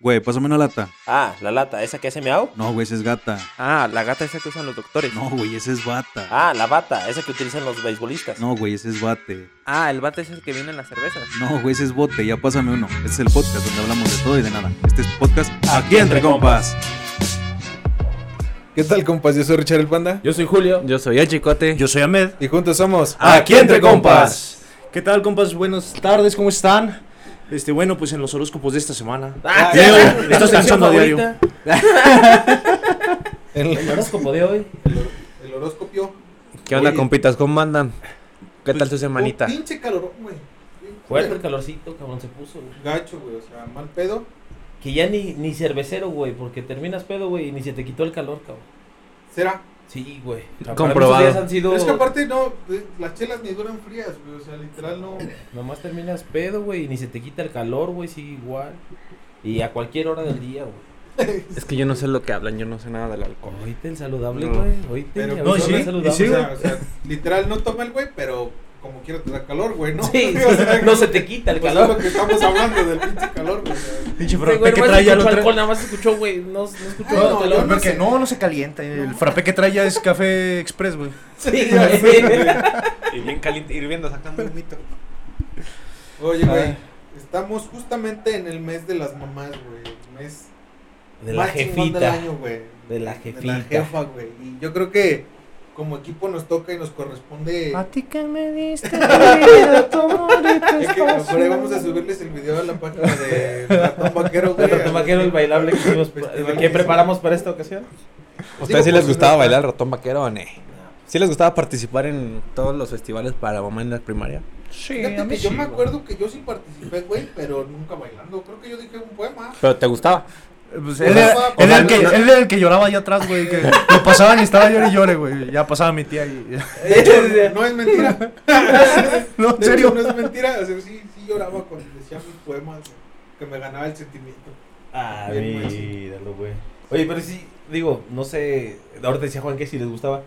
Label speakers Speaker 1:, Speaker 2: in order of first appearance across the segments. Speaker 1: Güey, pásame una lata.
Speaker 2: Ah, la lata, ¿esa que hace miau?
Speaker 1: No, güey, esa es gata.
Speaker 3: Ah, la gata esa que usan los doctores.
Speaker 1: No, güey, esa es bata.
Speaker 2: Ah, la bata, esa que utilizan los beisbolistas.
Speaker 1: No, güey, ese es bate.
Speaker 3: Ah, el bate es el que viene en las cervezas.
Speaker 1: No, güey, ese es bote. Ya pásame uno. Este es el podcast donde hablamos de todo y de nada. Este es podcast aquí entre compas.
Speaker 4: ¿Qué tal, compas? Yo soy Richard el Panda.
Speaker 5: Yo soy Julio.
Speaker 3: Yo soy el chicote.
Speaker 6: Yo soy Ahmed.
Speaker 4: Y juntos somos.
Speaker 6: Aquí entre compas. ¿Qué tal, compas? Buenas tardes, ¿cómo están? Este, bueno, pues en los horóscopos de esta semana.
Speaker 2: Ah,
Speaker 6: Diego,
Speaker 2: ya, ya,
Speaker 6: estás
Speaker 2: ya,
Speaker 6: pensando a
Speaker 2: ya,
Speaker 6: diario.
Speaker 2: ahorita.
Speaker 4: En la-
Speaker 5: El horóscopo de hoy.
Speaker 4: el horóscopo.
Speaker 3: ¿Qué onda,
Speaker 4: Oye.
Speaker 3: compitas? ¿Cómo andan? ¿Qué tal su semanita?
Speaker 4: Un Oh, pinche calorón, güey.
Speaker 5: Fuerte el calorcito, cabrón, se puso. güey.
Speaker 4: Gacho, güey. O sea, mal pedo.
Speaker 5: Que ya ni, ni cervecero, güey, porque terminas pedo, güey, y ni se te quitó el calor, cabrón.
Speaker 4: Será.
Speaker 5: Sí, güey. O sea,
Speaker 3: Comprobado.
Speaker 5: para mí esos días han sido...
Speaker 4: Pero es que aparte, no. eh, Las chelas ni duran frías, güey. O sea, literal, no.
Speaker 5: Nomás terminas pedo, güey, y ni se te quita el calor, güey, sí, igual. Y a cualquier hora del día, güey.
Speaker 3: Es que yo no sé lo que hablan, yo no sé nada del alcohol.
Speaker 5: Oíste el saludable,
Speaker 3: No.
Speaker 5: güey. Oíste
Speaker 4: Pero,
Speaker 5: el
Speaker 4: no,
Speaker 5: abuelo
Speaker 4: sí,
Speaker 5: más
Speaker 4: y
Speaker 5: saludable.
Speaker 4: o, sea, o sea, literal, no toma el güey, pero como quiera te da calor, güey, ¿no?
Speaker 5: Sí,
Speaker 4: O sea,
Speaker 5: no se te quita el
Speaker 4: pues
Speaker 5: calor.
Speaker 4: es lo que estamos hablando del pinche calor, güey. o sea.
Speaker 6: Pinche
Speaker 5: Ese
Speaker 6: frappé
Speaker 5: güey
Speaker 6: que
Speaker 5: nomás
Speaker 6: trae ya lo
Speaker 5: escuchó
Speaker 6: trae.
Speaker 5: alcohol, nada más escuchó, güey. No, no escuchó
Speaker 4: No,
Speaker 5: nada de
Speaker 4: yo
Speaker 5: calor.
Speaker 4: no
Speaker 6: Porque
Speaker 4: sé.
Speaker 6: no, no se calienta. El frappé que trae ya es café express, güey.
Speaker 5: Sí, güey.
Speaker 3: Y bien caliente, hirviendo, sacando un mito.
Speaker 4: Oye, güey,
Speaker 3: Ah.
Speaker 4: estamos justamente en el mes de las mamás, güey. el Mes
Speaker 5: De la
Speaker 4: más chingón Del
Speaker 5: jefita.
Speaker 4: año, güey.
Speaker 5: De la
Speaker 4: De la
Speaker 5: jefita.
Speaker 4: jefa, güey. Y yo creo que como equipo nos toca y nos corresponde.
Speaker 6: ti que me diste vida, tu amor y tu
Speaker 4: Es que por ahí vamos a subirles el video a la página de Ratón Vaquero, güey.
Speaker 5: Ratón vaquero, el bailable que, hicimos,
Speaker 4: Festival
Speaker 5: que
Speaker 4: que
Speaker 5: preparamos para esta ocasión.
Speaker 3: ¿Ustedes sí
Speaker 4: Digo,
Speaker 3: les
Speaker 4: pues,
Speaker 3: gustaba
Speaker 4: no está-
Speaker 3: bailar ratón vaquero o no? ¿Sí les gustaba participar en todos los festivales para mamá en la primaria?
Speaker 6: Sí, a
Speaker 4: Fíjate
Speaker 6: mí
Speaker 4: que yo
Speaker 6: sí,
Speaker 4: me
Speaker 6: güey.
Speaker 4: acuerdo que yo sí participé, güey, pero nunca bailando. Creo que yo dije un poema.
Speaker 3: ¿Pero te gustaba?
Speaker 6: Pues
Speaker 4: O
Speaker 6: él,
Speaker 4: sea,
Speaker 6: era,
Speaker 4: no,
Speaker 6: él era el
Speaker 3: no,
Speaker 6: que,
Speaker 3: no.
Speaker 6: él era el que lloraba allá atrás, güey. Que lo pasaban y estaba llorando y llore, güey. Ya pasaba mi tía y.
Speaker 4: De hecho, no es mentira.
Speaker 6: No, en
Speaker 4: De hecho,
Speaker 6: serio.
Speaker 4: no es mentira. O sea, sí, sí lloraba cuando decía mis poemas, güey, que me ganaba el sentimiento.
Speaker 5: Ah,
Speaker 4: Bien, macho.
Speaker 5: míralo, güey. Oye, pero sí, digo, no sé. Ahora te decía Juan que si les gustaba.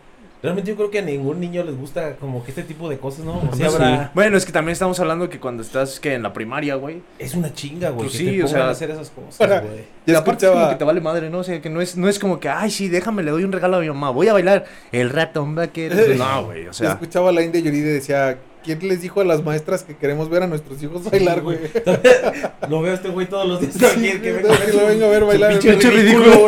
Speaker 5: Realmente yo creo que a ningún niño les gusta como que este tipo de cosas, ¿no? O sea,
Speaker 3: Sí.
Speaker 5: habrá-
Speaker 6: Bueno, es que también estamos hablando que cuando estás que en la primaria, güey.
Speaker 5: es una chinga, güey.
Speaker 6: Pues
Speaker 5: que
Speaker 6: sí,
Speaker 5: te
Speaker 6: o
Speaker 5: pongan
Speaker 6: sea,
Speaker 5: a hacer esas cosas,
Speaker 4: para-
Speaker 5: güey.
Speaker 4: Ya
Speaker 6: Y aparte es como
Speaker 4: escuchaba-
Speaker 6: que te vale madre, ¿no? O sea, que no es, no es como que, ay, sí, déjame, le doy un regalo a mi mamá. Voy a bailar el ratón vaquero. No, güey, o sea.
Speaker 4: Escuchaba a la India Yuride y decía, ¿quién les dijo a las maestras que queremos ver a nuestros hijos bailar, güey?
Speaker 5: Lo veo a este güey todos los días.
Speaker 4: Sí,
Speaker 5: no quieren que
Speaker 4: güey,
Speaker 5: venga
Speaker 4: no,
Speaker 5: a ver
Speaker 4: que lo
Speaker 5: su-
Speaker 4: venga a ver
Speaker 5: su
Speaker 4: bailar,
Speaker 5: pinche
Speaker 4: pinche
Speaker 5: ridículo,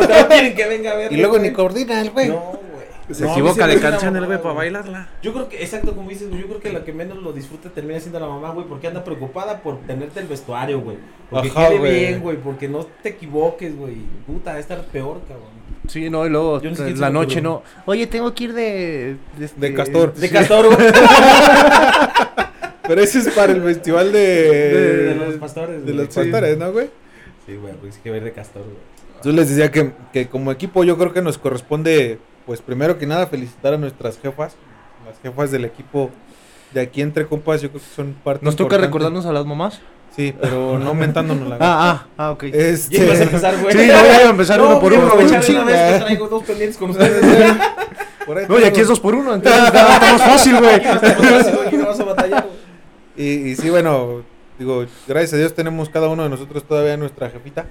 Speaker 5: No quieren que venga a ver.
Speaker 4: Y luego ni coordina el güey.
Speaker 5: No, güey.
Speaker 3: Se
Speaker 5: No, a mí
Speaker 3: equivoca
Speaker 5: me
Speaker 3: de
Speaker 5: hace una
Speaker 3: canción el güey
Speaker 5: mamada,
Speaker 3: para bailarla.
Speaker 5: Yo creo que, exacto como dices, güey, yo creo que la que menos lo disfruta termina siendo la mamá, güey, porque anda preocupada por tenerte el vestuario, güey. Porque
Speaker 3: Ajá,
Speaker 5: quede
Speaker 3: güey.
Speaker 5: bien, güey, porque no te equivoques, güey. Puta, va a estar peor, cabrón.
Speaker 6: Sí, no, y luego
Speaker 5: Yo ni siquiera
Speaker 6: la
Speaker 5: se me
Speaker 6: noche,
Speaker 5: ocurrió.
Speaker 6: ¿no? Oye, tengo que ir de. De, este-
Speaker 4: De castor.
Speaker 5: De
Speaker 4: Sí.
Speaker 5: castor, güey.
Speaker 4: Pero ese es para el festival de...
Speaker 5: De, de los pastores,
Speaker 4: de
Speaker 5: güey.
Speaker 4: los pastores, ¿no, güey?
Speaker 5: Sí, güey, pues es que va a ir de castor, güey.
Speaker 4: Yo les decía que, que como equipo yo creo que nos corresponde, pues primero que nada, felicitar a nuestras jefas, las jefas del equipo de aquí entre compas, yo creo que son parte
Speaker 6: ¿Nos toca
Speaker 4: importante.
Speaker 6: recordarnos a las mamás?
Speaker 4: Sí, pero no aumentándonos la...
Speaker 6: Ah, ah, ah, ok.
Speaker 4: Este...
Speaker 5: Ya ibas a empezar, güey.
Speaker 6: Sí, no, ya iba a empezar uno por
Speaker 5: voy a
Speaker 6: uno,
Speaker 5: aprovechar
Speaker 6: güey,
Speaker 5: de una vez
Speaker 4: chinga.
Speaker 5: que traigo dos pendientes con ustedes.
Speaker 4: Por ahí
Speaker 6: No, y aquí es
Speaker 4: tengo-
Speaker 6: dos por uno, entonces ya estamos fácil, güey.
Speaker 5: Aquí no estamos haciendo- aquí no vamos a batallar, güey.
Speaker 4: Y, y sí, bueno, digo, gracias a Dios tenemos cada uno de nosotros todavía nuestra jefita.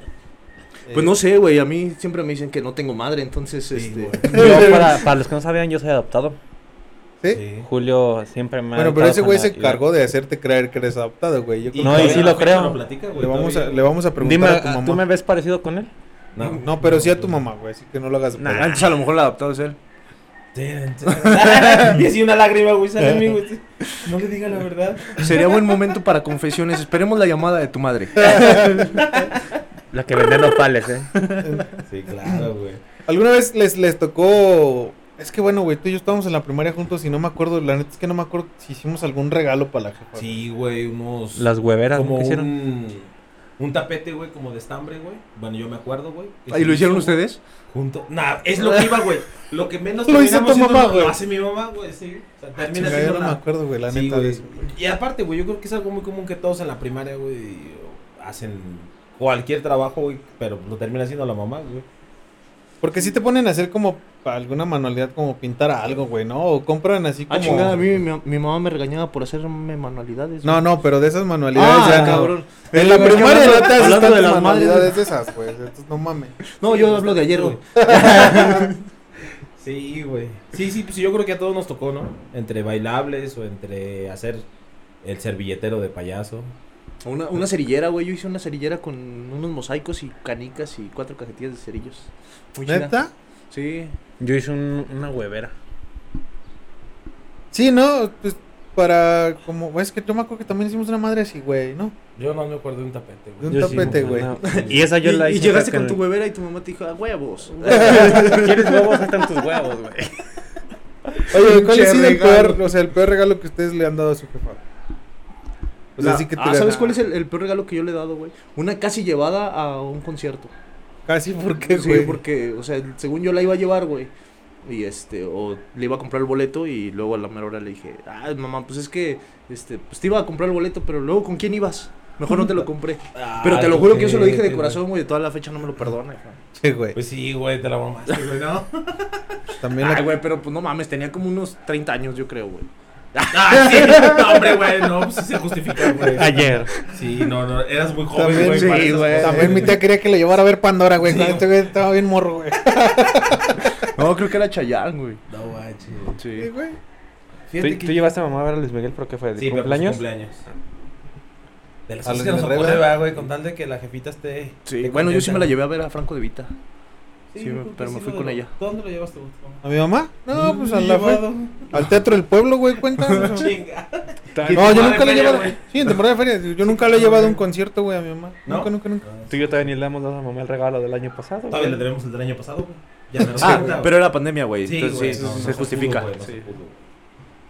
Speaker 4: Eh,
Speaker 6: Pues no sé, güey, a mí siempre me dicen que no tengo madre, entonces, este...
Speaker 3: Yo, para, para los que no sabían, yo soy adoptado.
Speaker 4: ¿Sí?
Speaker 5: Sí.
Speaker 3: Julio siempre me ha
Speaker 4: Bueno, pero
Speaker 3: adoptado
Speaker 4: ese güey
Speaker 3: con la-
Speaker 4: se encargó de hacerte creer que eres adaptado, güey. Yo creo
Speaker 3: No,
Speaker 4: que
Speaker 3: y sí lo creo.
Speaker 5: Lo platica, güey,
Speaker 4: le, vamos a,
Speaker 5: todavía.
Speaker 4: le vamos a
Speaker 3: Dime, ah,
Speaker 4: preguntar a tu mamá.
Speaker 3: ¿tú me ves parecido con él?
Speaker 4: No, pero sí a tu mamá, güey, así que no lo hagas. de
Speaker 3: Nah.
Speaker 4: pedo.
Speaker 6: Ah, entonces a lo mejor el adaptado es él.
Speaker 5: y así una lágrima, güey, sale a mí, güey. No le diga la verdad.
Speaker 6: Sería buen momento para confesiones, esperemos la llamada de tu madre.
Speaker 3: La que vende nopales, ¿eh?
Speaker 5: Sí, claro, güey.
Speaker 4: ¿Alguna vez les, les tocó... Es que bueno, güey, tú y yo estábamos en la primaria juntos y no me acuerdo, la neta es que no me acuerdo si hicimos algún regalo para la jefa.
Speaker 5: Sí, güey, unos.
Speaker 3: Las hueveras
Speaker 5: como
Speaker 3: ¿no? que hicieron.
Speaker 5: un, un tapete, güey, como de estambre, güey. Bueno, yo me acuerdo, güey.
Speaker 4: Ah,
Speaker 5: que
Speaker 6: ¿Y
Speaker 5: se
Speaker 6: lo hicieron
Speaker 5: hizo, güey,
Speaker 6: ustedes?
Speaker 5: Junto. Nah, es lo que iba, güey. Lo que menos
Speaker 4: Lo hizo
Speaker 5: terminamos
Speaker 4: tu
Speaker 5: siendo
Speaker 4: mamá,
Speaker 5: lo-
Speaker 4: güey.
Speaker 5: Lo hace mi mamá, güey, sí. O sea, termina
Speaker 4: Chinga, yo
Speaker 5: siendo
Speaker 4: no
Speaker 5: la-
Speaker 4: me acuerdo, güey, la
Speaker 5: Sí,
Speaker 4: neta
Speaker 5: güey.
Speaker 4: de eso.
Speaker 5: Y aparte, güey, yo creo que es algo muy común que todos en la primaria, güey, hacen cualquier trabajo, güey, pero lo termina haciendo la mamá, güey.
Speaker 4: Porque si te ponen a hacer como alguna manualidad, como pintar algo, güey, ¿no? O compran así como.
Speaker 6: Ah, chingada, a mí mi, mi mamá me regañaba por hacerme manualidades.
Speaker 4: No,
Speaker 6: güey.
Speaker 4: no, pero de esas manualidades
Speaker 6: Ah,
Speaker 4: ya.
Speaker 6: cabrón.
Speaker 4: En la
Speaker 6: Eh, güey,
Speaker 4: primaria
Speaker 6: hablando-
Speaker 4: no te haces
Speaker 6: hablando de
Speaker 4: tantas
Speaker 6: las madres,
Speaker 4: manualidades de esas, güey. Entonces, no mames.
Speaker 6: No, yo hablo de ayer, güey.
Speaker 5: Sí, güey. Sí, sí, pues yo creo que a todos nos tocó, ¿no? Entre bailables o entre hacer el servilletero de payaso.
Speaker 6: Una, una cerillera, güey. Yo hice una cerillera con unos mosaicos y canicas y cuatro cajetillas de cerillos. Muy chida.
Speaker 4: ¿Neta?
Speaker 6: Sí.
Speaker 3: Yo hice un- una huevera.
Speaker 4: Sí, ¿no? Pues para como... güey, Es que yo me acuerdo que también hicimos una madre así, güey, ¿no?
Speaker 5: Yo no me acuerdo de un tapete,
Speaker 4: De un
Speaker 3: Yo sí,
Speaker 4: tapete, güey.
Speaker 3: una- Y esa yo
Speaker 6: y,
Speaker 3: la
Speaker 6: y
Speaker 3: hice.
Speaker 6: llegaste
Speaker 3: acá
Speaker 6: con tu
Speaker 3: en-
Speaker 6: huevera y tu mamá te dijo, ah, huevos.
Speaker 3: ¿Quieres huevos? Ahí están tus huevos, güey.
Speaker 4: Oye, ¿cuál ha
Speaker 6: Pinche
Speaker 4: sido el
Speaker 6: regalo.
Speaker 4: peor, o sea, el peor regalo que ustedes le han dado a su jefa? O sea,
Speaker 6: La-
Speaker 4: así que te
Speaker 6: ah,
Speaker 4: le-
Speaker 6: ¿sabes cuál es el, el peor regalo que yo le he dado, güey? Una casi llevada a un concierto.
Speaker 4: Casi porque,
Speaker 6: Sí,
Speaker 4: güey.
Speaker 6: porque, o sea, según yo la iba a llevar, güey. Y este, o le iba a comprar el boleto y luego a la mera hora le dije, ah, mamá, pues es que, este, pues te iba a comprar el boleto, pero luego ¿con quién ibas? Mejor no te lo compré. Pero te lo juro que yo se lo dije de corazón, Ah, güey, de toda la fecha no me lo perdona. hija.
Speaker 4: Sí, güey.
Speaker 5: Pues sí, güey, te la mamaste, güey, ¿no?
Speaker 4: También la-
Speaker 6: Ay, güey, pero pues no mames, tenía como unos 30 años, yo creo, güey.
Speaker 5: ah, sí, no, hombre, güey, no, pues sí se justifica, güey.
Speaker 3: Ayer.
Speaker 5: Sí, no, no, eras muy joven,
Speaker 4: También,
Speaker 5: güey.
Speaker 4: sí,
Speaker 5: para esas
Speaker 6: güey.
Speaker 5: cosas.
Speaker 4: También mi tía quería que le llevara a ver Pandora, güey.
Speaker 5: Sí.
Speaker 4: cuando Este güey estaba bien morro, güey.
Speaker 6: No, creo que era Chayanne, güey.
Speaker 5: No, manches.
Speaker 4: Sí,
Speaker 6: Sí.
Speaker 4: güey.
Speaker 5: Fíjate
Speaker 3: ¿Tú, tú llevaste a mamá a ver a Luis Miguel, pero qué fue? ¿De
Speaker 5: Sí, pero pues,
Speaker 3: cumpleaños?
Speaker 5: cumpleaños. De las
Speaker 4: A
Speaker 5: cosas
Speaker 4: los
Speaker 5: que nos
Speaker 4: de
Speaker 5: ocurre,
Speaker 4: regla.
Speaker 5: ¿verdad, güey, con tal de que la jefita esté...
Speaker 6: Sí,
Speaker 5: esté
Speaker 6: bueno, yo sí me la
Speaker 5: contenta,
Speaker 6: llevé a ver a Franco de Vita.
Speaker 5: ¿no?
Speaker 6: sí, me-
Speaker 5: creo que
Speaker 6: pero me
Speaker 5: sí
Speaker 6: fui
Speaker 5: lo
Speaker 6: con
Speaker 5: llevó.
Speaker 6: ella.
Speaker 5: ¿Dónde lo llevas tú?
Speaker 4: ¿A mi mamá? No, pues a la fe-
Speaker 5: Llevado.
Speaker 4: al Teatro del Pueblo, güey, cuenta. O sea,
Speaker 5: Chinga.
Speaker 4: No, yo nunca
Speaker 5: Temporada de
Speaker 4: le he
Speaker 5: feria,
Speaker 4: llevado.
Speaker 5: güey.
Speaker 4: Sí, en temporada de feria. Yo nunca le he llevado a un concierto, güey, a mi mamá.
Speaker 5: ¿No?
Speaker 4: Nunca, nunca, nunca.
Speaker 3: Tú y yo todavía ni le hemos dado a mamá el regalo del año pasado. güey.
Speaker 5: Todavía le tenemos el del año pasado, güey. Ya me lo
Speaker 6: Ah, pero era pandemia, güey.
Speaker 5: Sí,
Speaker 6: entonces
Speaker 5: güey,
Speaker 6: sí,
Speaker 5: no, no
Speaker 6: se
Speaker 5: pudo,
Speaker 6: justifica.
Speaker 5: güey, no se
Speaker 3: Sí.
Speaker 5: pudo, güey.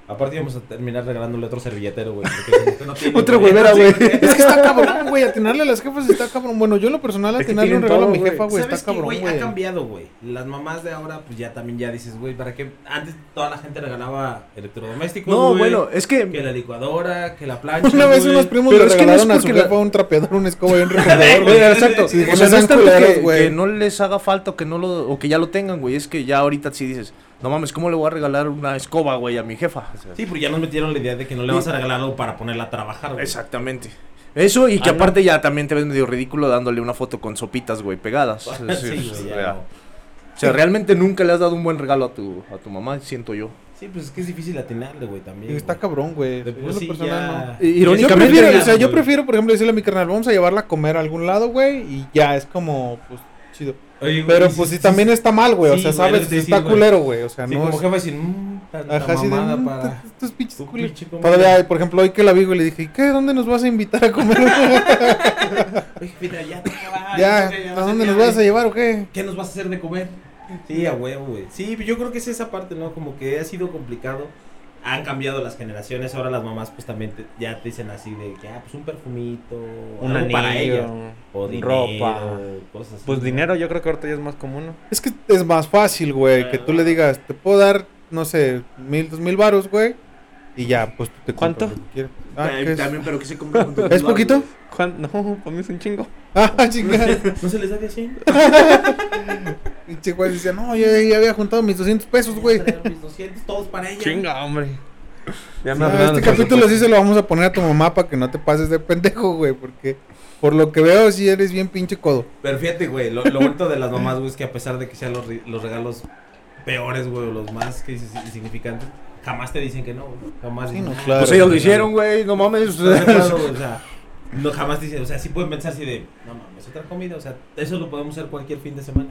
Speaker 5: Aparte íbamos a terminar regalándole otro servilletero, güey. porque como que no tiene,
Speaker 6: Otra huevera, güey.
Speaker 4: Es que está cabrón, güey. Atinarle a las jefas está cabrón. Bueno, yo en lo personal,
Speaker 3: Es que
Speaker 4: atinarle
Speaker 3: tienen
Speaker 4: un regalo a
Speaker 3: todo,
Speaker 4: mi
Speaker 3: güey.
Speaker 4: jefa, güey, está
Speaker 5: ¿Sabes qué,
Speaker 4: cabrón,
Speaker 5: güey?
Speaker 4: güey.
Speaker 5: Ha cambiado, güey. Las mamás de ahora, pues ya también ya dices, güey, ¿para qué? Antes toda la gente regalaba electrodomésticos,
Speaker 6: No,
Speaker 5: güey.
Speaker 6: bueno, es que...
Speaker 5: Que la licuadora, que la plancha,
Speaker 4: Una vez
Speaker 5: güey.
Speaker 4: unos primos
Speaker 6: Pero
Speaker 4: le
Speaker 6: es que no
Speaker 4: regalaron
Speaker 6: es
Speaker 4: a su
Speaker 6: porque la-
Speaker 4: jefa un trapeador, una escoba y un recogedor,
Speaker 6: Güey,
Speaker 4: güey.
Speaker 6: exacto.
Speaker 4: Sí,
Speaker 6: o
Speaker 4: pues
Speaker 6: sea, no
Speaker 4: sean
Speaker 6: es tanto
Speaker 4: culeros,
Speaker 6: que,
Speaker 4: güey.
Speaker 6: que no les haga falta o que no lo, o que ya lo tengan, güey. Es que ya ahorita sí dices, no mames, ¿cómo le voy a regalar una escoba, güey, a mi jefa? O sea,
Speaker 5: Sí, porque ya nos metieron la idea de que no le vas a regalar algo para ponerla a trabajar, güey.
Speaker 6: Exactamente. Eso y que
Speaker 3: Ah, no.
Speaker 6: aparte ya también te ves medio ridículo dándole una foto con sopitas, güey, pegadas. O sea,
Speaker 5: Sí, güey, ya no.
Speaker 6: O sea, realmente nunca le has dado un buen regalo a tu, a tu mamá, siento yo.
Speaker 5: Sí, pues es que es difícil atinarle, güey, también.
Speaker 4: Y Está
Speaker 5: güey.
Speaker 4: cabrón, güey.
Speaker 5: De
Speaker 4: Yo
Speaker 5: por
Speaker 4: en lo
Speaker 5: sí
Speaker 4: personal, no.
Speaker 5: ya-
Speaker 6: no. Y-
Speaker 5: ya
Speaker 4: Yo
Speaker 6: irónicamente,
Speaker 5: está
Speaker 4: prefiero,
Speaker 5: muy
Speaker 4: o sea, yo
Speaker 5: güey.
Speaker 4: prefiero, por ejemplo, decirle a mi carnal, vamos a llevarla a comer a algún lado, güey, y ya es como, pues, chido.
Speaker 5: Oye, güey,
Speaker 4: Pero pues sí, también está mal, güey, o
Speaker 5: sí,
Speaker 4: sea,
Speaker 5: güey,
Speaker 4: sabes,
Speaker 5: es decir,
Speaker 4: está
Speaker 5: güey.
Speaker 4: culero, güey, o sea,
Speaker 5: Sí,
Speaker 4: no
Speaker 5: como
Speaker 4: es...
Speaker 5: jefa dicen, mmm, tanta
Speaker 4: Ajá, así de,
Speaker 5: mamada
Speaker 4: "Mm,
Speaker 5: para...
Speaker 4: t- estos pinches
Speaker 5: tu
Speaker 4: culeros".
Speaker 5: pinche comida".
Speaker 4: Todavía, por ejemplo, hoy que la vi, güey, le dije, ¿y qué? ¿Dónde nos vas a invitar a comer?
Speaker 5: Oye, jefita, ya te acabas,
Speaker 4: ya,
Speaker 5: ya,
Speaker 4: ¿a
Speaker 5: no sé
Speaker 4: dónde
Speaker 5: qué,
Speaker 4: nos vas a
Speaker 5: güey.
Speaker 4: llevar o qué?
Speaker 5: ¿Qué nos vas a hacer de comer? Sí, a huevo, güey. Sí, yo creo que es esa parte, ¿no? Como que ha sido complicado. Han cambiado las generaciones. Ahora las mamás, pues también te- ya te dicen así de que, ah, pues un perfumito.
Speaker 3: Un
Speaker 5: algo
Speaker 3: anillo.
Speaker 5: para ellas. O dinero,
Speaker 3: ropa.
Speaker 5: Cosas así,
Speaker 3: Pues
Speaker 5: ¿no?
Speaker 3: dinero yo creo que ahorita ya es más común, ¿no?
Speaker 4: Es que es más fácil, güey, que tú le digas, te puedo dar, no sé, mil, dos mil varos, güey, y ya, pues tú te compras
Speaker 3: ¿Cuánto?
Speaker 4: lo que quieras. Ah,
Speaker 6: Eh,
Speaker 4: ¿qué es?
Speaker 6: también, pero que se compre con tu
Speaker 4: ¿Es poquito?
Speaker 3: Juan, no, para mí es un chingo.
Speaker 4: Ah, chingada.
Speaker 5: ¿No se les da de así?
Speaker 4: Y Chihuahua decía, no, yo ya había juntado mis 200 pesos, Pues, güey.
Speaker 5: Traer mis 200, todos para ella.
Speaker 3: Chinga, hombre. Ya
Speaker 4: Ah,
Speaker 3: hablaron
Speaker 4: este
Speaker 3: de presupuesto.
Speaker 4: capítulo sí se lo vamos a poner a tu mamá para que no te pases de pendejo, güey, porque por lo que veo sí eres bien pinche codo.
Speaker 5: Pero fíjate, güey, lo, lo bonito de las mamás, güey, es que a pesar de que sean los, ri- los regalos peores, güey, o los más que dices insignificantes, jamás te dicen que no, güey. Jamás
Speaker 4: Sí,
Speaker 5: dicen,
Speaker 4: no,
Speaker 5: "Ah,
Speaker 4: claro.
Speaker 6: Pues ellos lo hicieron, güey, no mames.
Speaker 5: Entonces, claro, güey, o sea, no jamás dicen, o sea, sí pueden pensar así de, no mames, otra comida, o sea, eso lo podemos hacer cualquier fin de semana.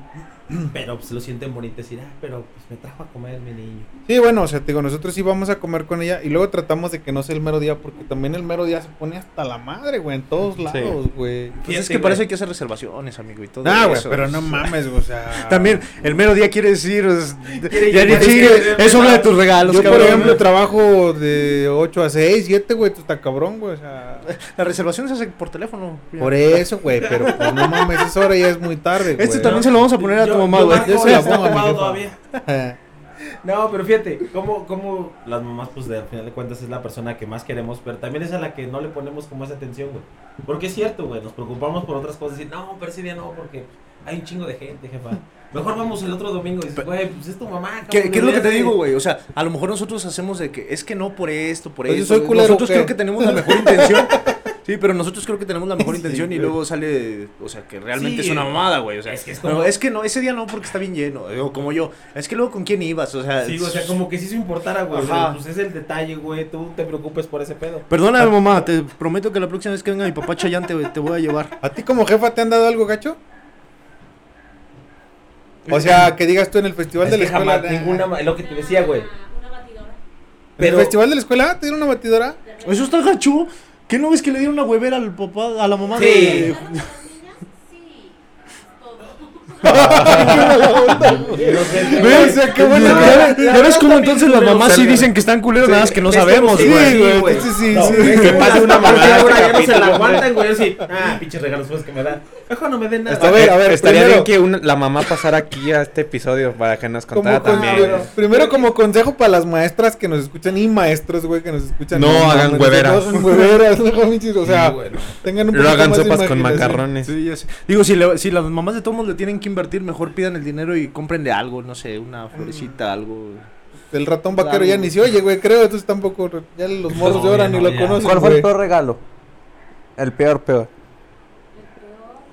Speaker 5: Pero pues lo sienten bonito decir, ah, pero pues me trajo a comer mi niño.
Speaker 4: Sí, bueno, o sea, te digo, nosotros sí vamos a comer con ella y luego tratamos de que no sea el mero día porque también el mero día se pone hasta la madre, güey, en todos lados, güey.
Speaker 6: Pues es
Speaker 5: Fíjate,
Speaker 6: que para
Speaker 5: güey.
Speaker 6: eso hay que hacer reservaciones, amigo, y todo
Speaker 4: Ah, güey,
Speaker 6: eso.
Speaker 4: pero no mames, güey, o sea.
Speaker 6: También, el mero día quiere decir, es-
Speaker 5: Quiere
Speaker 6: ya ni
Speaker 5: llegar,
Speaker 6: sigue,
Speaker 5: quiere ver,
Speaker 6: es uno de tus regalos,
Speaker 4: Yo, por
Speaker 6: cabrón.
Speaker 4: ejemplo, trabajo de 8 a 6, 7, güey, tú está cabrón, güey, o sea.
Speaker 6: La reservación se hace por teléfono.
Speaker 4: Por eso, güey, pero pues, no mames, es hora y ya es muy tarde, güey.
Speaker 6: Este también se lo vamos a poner a tu mamá, güey.
Speaker 5: Yo,
Speaker 4: Yo
Speaker 5: yo
Speaker 4: se la
Speaker 5: marco,
Speaker 4: pongo a mi
Speaker 5: ocupado
Speaker 4: jefa.
Speaker 5: todavía. No, pero fíjate, como, como las mamás, pues de- al final de cuentas es la persona que más queremos, pero también es a la que no le ponemos como esa atención, güey. Porque es cierto, güey, nos preocupamos por otras cosas y no, pero ese día no, porque hay un chingo de gente, jefa. Mejor vamos el otro domingo y dices, güey, pues es tu mamá.
Speaker 6: ¿Qué,
Speaker 5: cabrón,
Speaker 6: qué es lo que te
Speaker 5: deberías de-
Speaker 6: digo, güey? O sea, a lo mejor nosotros hacemos de que es que no por esto, por
Speaker 4: Pues yo
Speaker 6: esto.
Speaker 4: soy culero,
Speaker 6: nosotros
Speaker 4: ¿qué?
Speaker 6: creo que tenemos la mejor intención. Sí, pero nosotros creo que tenemos la mejor intención y
Speaker 4: güey.
Speaker 6: luego sale, o sea, que realmente
Speaker 5: Sí.
Speaker 6: es una mamada, güey. O sea,
Speaker 5: Es que es
Speaker 6: no,
Speaker 5: como-
Speaker 6: es que no, ese día no porque está bien lleno. O como yo, es que luego con quién ibas, o sea.
Speaker 5: Sí, güey, o sea, como que sí se importara, güey.
Speaker 6: Ajá.
Speaker 5: Pues es el detalle, güey, tú te preocupes por ese pedo.
Speaker 6: Perdóname, mamá, te prometo que la próxima vez que venga mi papá Chayán te, te voy a llevar.
Speaker 4: ¿A ti como jefa te han dado algo, gacho? O sea, que digas tú en el festival
Speaker 5: Es
Speaker 4: de la
Speaker 5: que
Speaker 4: escuela.
Speaker 5: jamás ninguna, ma- lo que te decía, güey.
Speaker 7: Una batidora.
Speaker 4: ¿En
Speaker 5: Pero-
Speaker 4: el festival de la escuela? ¿Te dieron una batidora?
Speaker 6: Eso está gachú. ¿Qué no ves que le dieron una huevera al papá, a la mamá
Speaker 5: Sí.
Speaker 6: de-
Speaker 7: ¿Para las niñas? Sí. Todo.
Speaker 5: Yo sé, güey.
Speaker 6: ¿Ves?
Speaker 4: qué buena
Speaker 6: Ya-
Speaker 4: idea.
Speaker 6: ya ves cómo entonces las mamás sí
Speaker 4: Verga.
Speaker 6: dicen que están culeros, nada más que no
Speaker 5: ves cómo
Speaker 6: sabemos,
Speaker 5: sí,
Speaker 6: güey.
Speaker 5: Sí,
Speaker 4: güey,
Speaker 5: güey.
Speaker 4: entonces sí,
Speaker 5: No,
Speaker 4: sí.
Speaker 5: es que
Speaker 4: Que pase
Speaker 5: las
Speaker 4: una
Speaker 5: mamás
Speaker 4: mamada
Speaker 5: ahora
Speaker 4: este
Speaker 5: ya no se la
Speaker 4: capítulo,
Speaker 5: aguantan, güey. Así, ah, pinches regalos pues, que me dan. Mejor no me den nada.
Speaker 4: A ver, a ver,
Speaker 3: Estaría
Speaker 4: primero-
Speaker 3: bien que una- la mamá pasara aquí a este episodio para que nos
Speaker 4: Como
Speaker 3: contara
Speaker 4: con-
Speaker 3: también.
Speaker 4: bueno, primero como consejo para las maestras que nos escuchan y maestros, güey, que nos escuchan.
Speaker 3: No hagan
Speaker 4: mames,
Speaker 3: hueveras.
Speaker 4: No hagan hueveras, no mames, o sea, tengan un
Speaker 3: Lo hagan
Speaker 4: más de
Speaker 3: sopas con
Speaker 4: imaginación.
Speaker 3: macarrones.
Speaker 6: Sí, ya sé. Digo, si, le- si las mamás de todos modos le tienen que invertir, mejor pidan el dinero y cómprenle algo, no sé, una florecita, algo.
Speaker 4: El ratón vaquero
Speaker 6: Claro,
Speaker 4: ya
Speaker 6: güey.
Speaker 4: ni se oye, güey, creo, entonces tampoco re- ya los morros
Speaker 5: No,
Speaker 4: lloran
Speaker 5: ya
Speaker 4: y
Speaker 5: no,
Speaker 4: lo
Speaker 5: ya.
Speaker 4: conocen.
Speaker 8: ¿Cuál fue el
Speaker 4: güey.
Speaker 8: peor regalo? El peor, peor.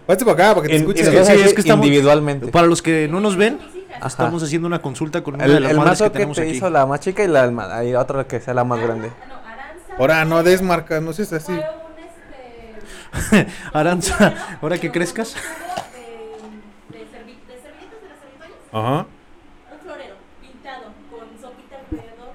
Speaker 4: Hazte para acá para que te
Speaker 8: En-
Speaker 4: escuchen.
Speaker 8: en-
Speaker 6: Sí, sí, es que estamos-
Speaker 8: individualmente.
Speaker 6: Para los que no nos ven,
Speaker 8: Ajá.
Speaker 6: estamos haciendo una consulta con una de
Speaker 8: El,
Speaker 6: las
Speaker 8: el
Speaker 6: madres que
Speaker 8: mazo que,
Speaker 6: tenemos
Speaker 8: te
Speaker 6: aquí.
Speaker 8: hizo la más chica y la del ma- hay otra que sea la más grande.
Speaker 7: No, Aranza.
Speaker 4: Ahora no des marcas, no seas así.
Speaker 7: Fue un este.
Speaker 6: Aranza, ahora que crezcas.
Speaker 7: De, de, servi- de servilletas de las servitorias.
Speaker 4: Ajá.
Speaker 7: Un florero pintado con sopita alrededor.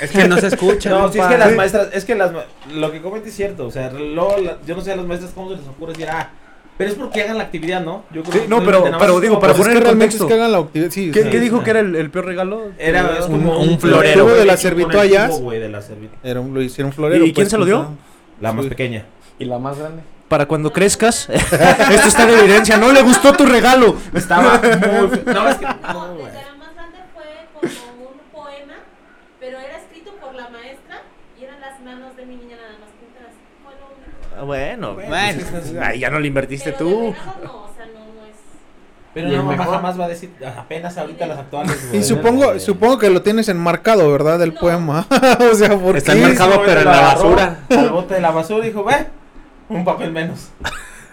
Speaker 3: Es que no se escucha.
Speaker 5: No, si es que
Speaker 3: compa.
Speaker 5: las maestras, es que las ma- lo que comenta es cierto, o sea, luego la- yo no sé a las maestras cómo se les ocurre decir, ah, pero es porque hagan la actividad, ¿no? Yo
Speaker 6: Sí,
Speaker 5: que
Speaker 6: no, pero-
Speaker 5: nada más
Speaker 6: pero
Speaker 5: es
Speaker 6: digo,
Speaker 5: como-
Speaker 6: para
Speaker 4: Pues es
Speaker 6: poner
Speaker 4: que
Speaker 6: en
Speaker 4: realmente es
Speaker 6: contexto.
Speaker 4: que hagan la actividad, sí.
Speaker 6: ¿Qué,
Speaker 4: sí.
Speaker 6: qué dijo que era el, el peor regalo?
Speaker 5: era es como
Speaker 4: Un- un
Speaker 5: un
Speaker 4: florero,
Speaker 5: florero
Speaker 4: güey, de la
Speaker 5: hecho con el
Speaker 4: servitoallas.
Speaker 5: tubo, güey, de la servi-
Speaker 4: Era un, lo hicieron florero. pues,
Speaker 6: ¿Y quién se lo dio?
Speaker 5: La más
Speaker 4: Sí.
Speaker 5: pequeña.
Speaker 8: Y la más grande.
Speaker 6: Para cuando crezcas. Esto está en evidencia. No le gustó tu regalo.
Speaker 5: Estaba muy fe- No, es que
Speaker 4: Ah,
Speaker 7: No, desde la más grande fue como un poema, pero era escrito por la maestra y eran las manos de mi niña nada más pintadas. Fue lo único.
Speaker 6: Ah, Bueno,
Speaker 5: Bueno,
Speaker 6: bueno.
Speaker 5: pues es-
Speaker 6: Ay, ya no le invertiste
Speaker 7: Pero
Speaker 6: tú.
Speaker 7: de regalo no, o sea, no, no es.
Speaker 5: Pero
Speaker 8: ¿Y
Speaker 5: no,
Speaker 8: el
Speaker 5: mamá
Speaker 8: mejor?
Speaker 5: jamás va a decir, apenas ahorita las actuales. güey.
Speaker 4: Y supongo,
Speaker 5: Eh,
Speaker 4: supongo que lo tienes enmarcado, ¿verdad? Del
Speaker 7: No.
Speaker 4: poema. o sea, porque
Speaker 3: Está enmarcado,
Speaker 5: güey,
Speaker 3: pero en
Speaker 5: lo
Speaker 3: la
Speaker 5: agarró
Speaker 3: basura.
Speaker 5: Al bote de la basura dijo, ve, un papel menos.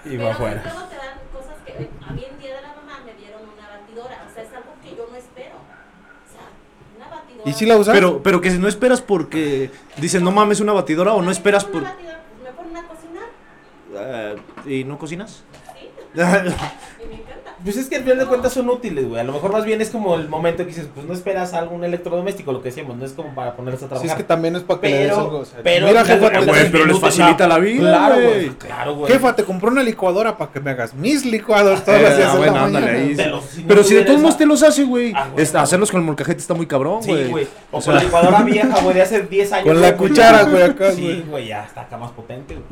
Speaker 5: Y
Speaker 7: Pero
Speaker 5: va
Speaker 7: sobre
Speaker 5: afuera.
Speaker 7: todo te dan cosas que eh, a mí el día de la mamá me dieron una batidora, o sea, es algo que yo no espero. O sea, una batidora.
Speaker 4: ¿Y si la usas?
Speaker 6: Pero, pero que si no esperas porque dicen no mames una batidora o no
Speaker 7: Me
Speaker 6: esperas
Speaker 7: ponen
Speaker 6: por.
Speaker 7: una batidora, pues me ponen a cocinar,
Speaker 6: Ah, ¿Y no cocinas?
Speaker 7: sí, y me encanta.
Speaker 5: Pues es que al final de cuentas son útiles, güey. A lo mejor más bien es como el momento que dices, pues no esperas algún electrodoméstico, lo que decíamos, no es como para ponerse a
Speaker 4: Si
Speaker 5: trabajar.
Speaker 4: es que también es para que le des
Speaker 5: pero,
Speaker 4: algo. o sea,
Speaker 5: pero,
Speaker 4: mira,
Speaker 5: al final de
Speaker 4: jefa, te-
Speaker 5: cuentas
Speaker 6: Güey,
Speaker 5: es
Speaker 6: pero les
Speaker 5: inútil,
Speaker 6: facilita
Speaker 5: ¿no?
Speaker 6: la vida,
Speaker 5: Claro,
Speaker 6: güey.
Speaker 5: güey. Claro, güey.
Speaker 4: jefa, te compré una licuadora para que me hagas mis licuados todas
Speaker 6: Eh,
Speaker 4: las
Speaker 6: ah,
Speaker 4: días. de
Speaker 6: bueno,
Speaker 4: la
Speaker 6: ándale,
Speaker 4: mañana.
Speaker 6: ahí sí.
Speaker 5: Te los- si
Speaker 6: Pero
Speaker 5: no
Speaker 6: si de todos
Speaker 5: tuvieras-
Speaker 6: modos te los hace, güey.
Speaker 5: Ah, güey.
Speaker 6: Es- Hacerlos con el molcajete está muy cabrón, güey.
Speaker 5: Sí, güey. O,
Speaker 6: O
Speaker 5: con la
Speaker 6: sea-
Speaker 5: licuadora vieja, güey, de hace 10 años.
Speaker 4: Con la
Speaker 5: güey.
Speaker 4: cuchara, güey, acá,
Speaker 5: Sí,
Speaker 4: güey.
Speaker 5: güey, ya está acá más potente, güey.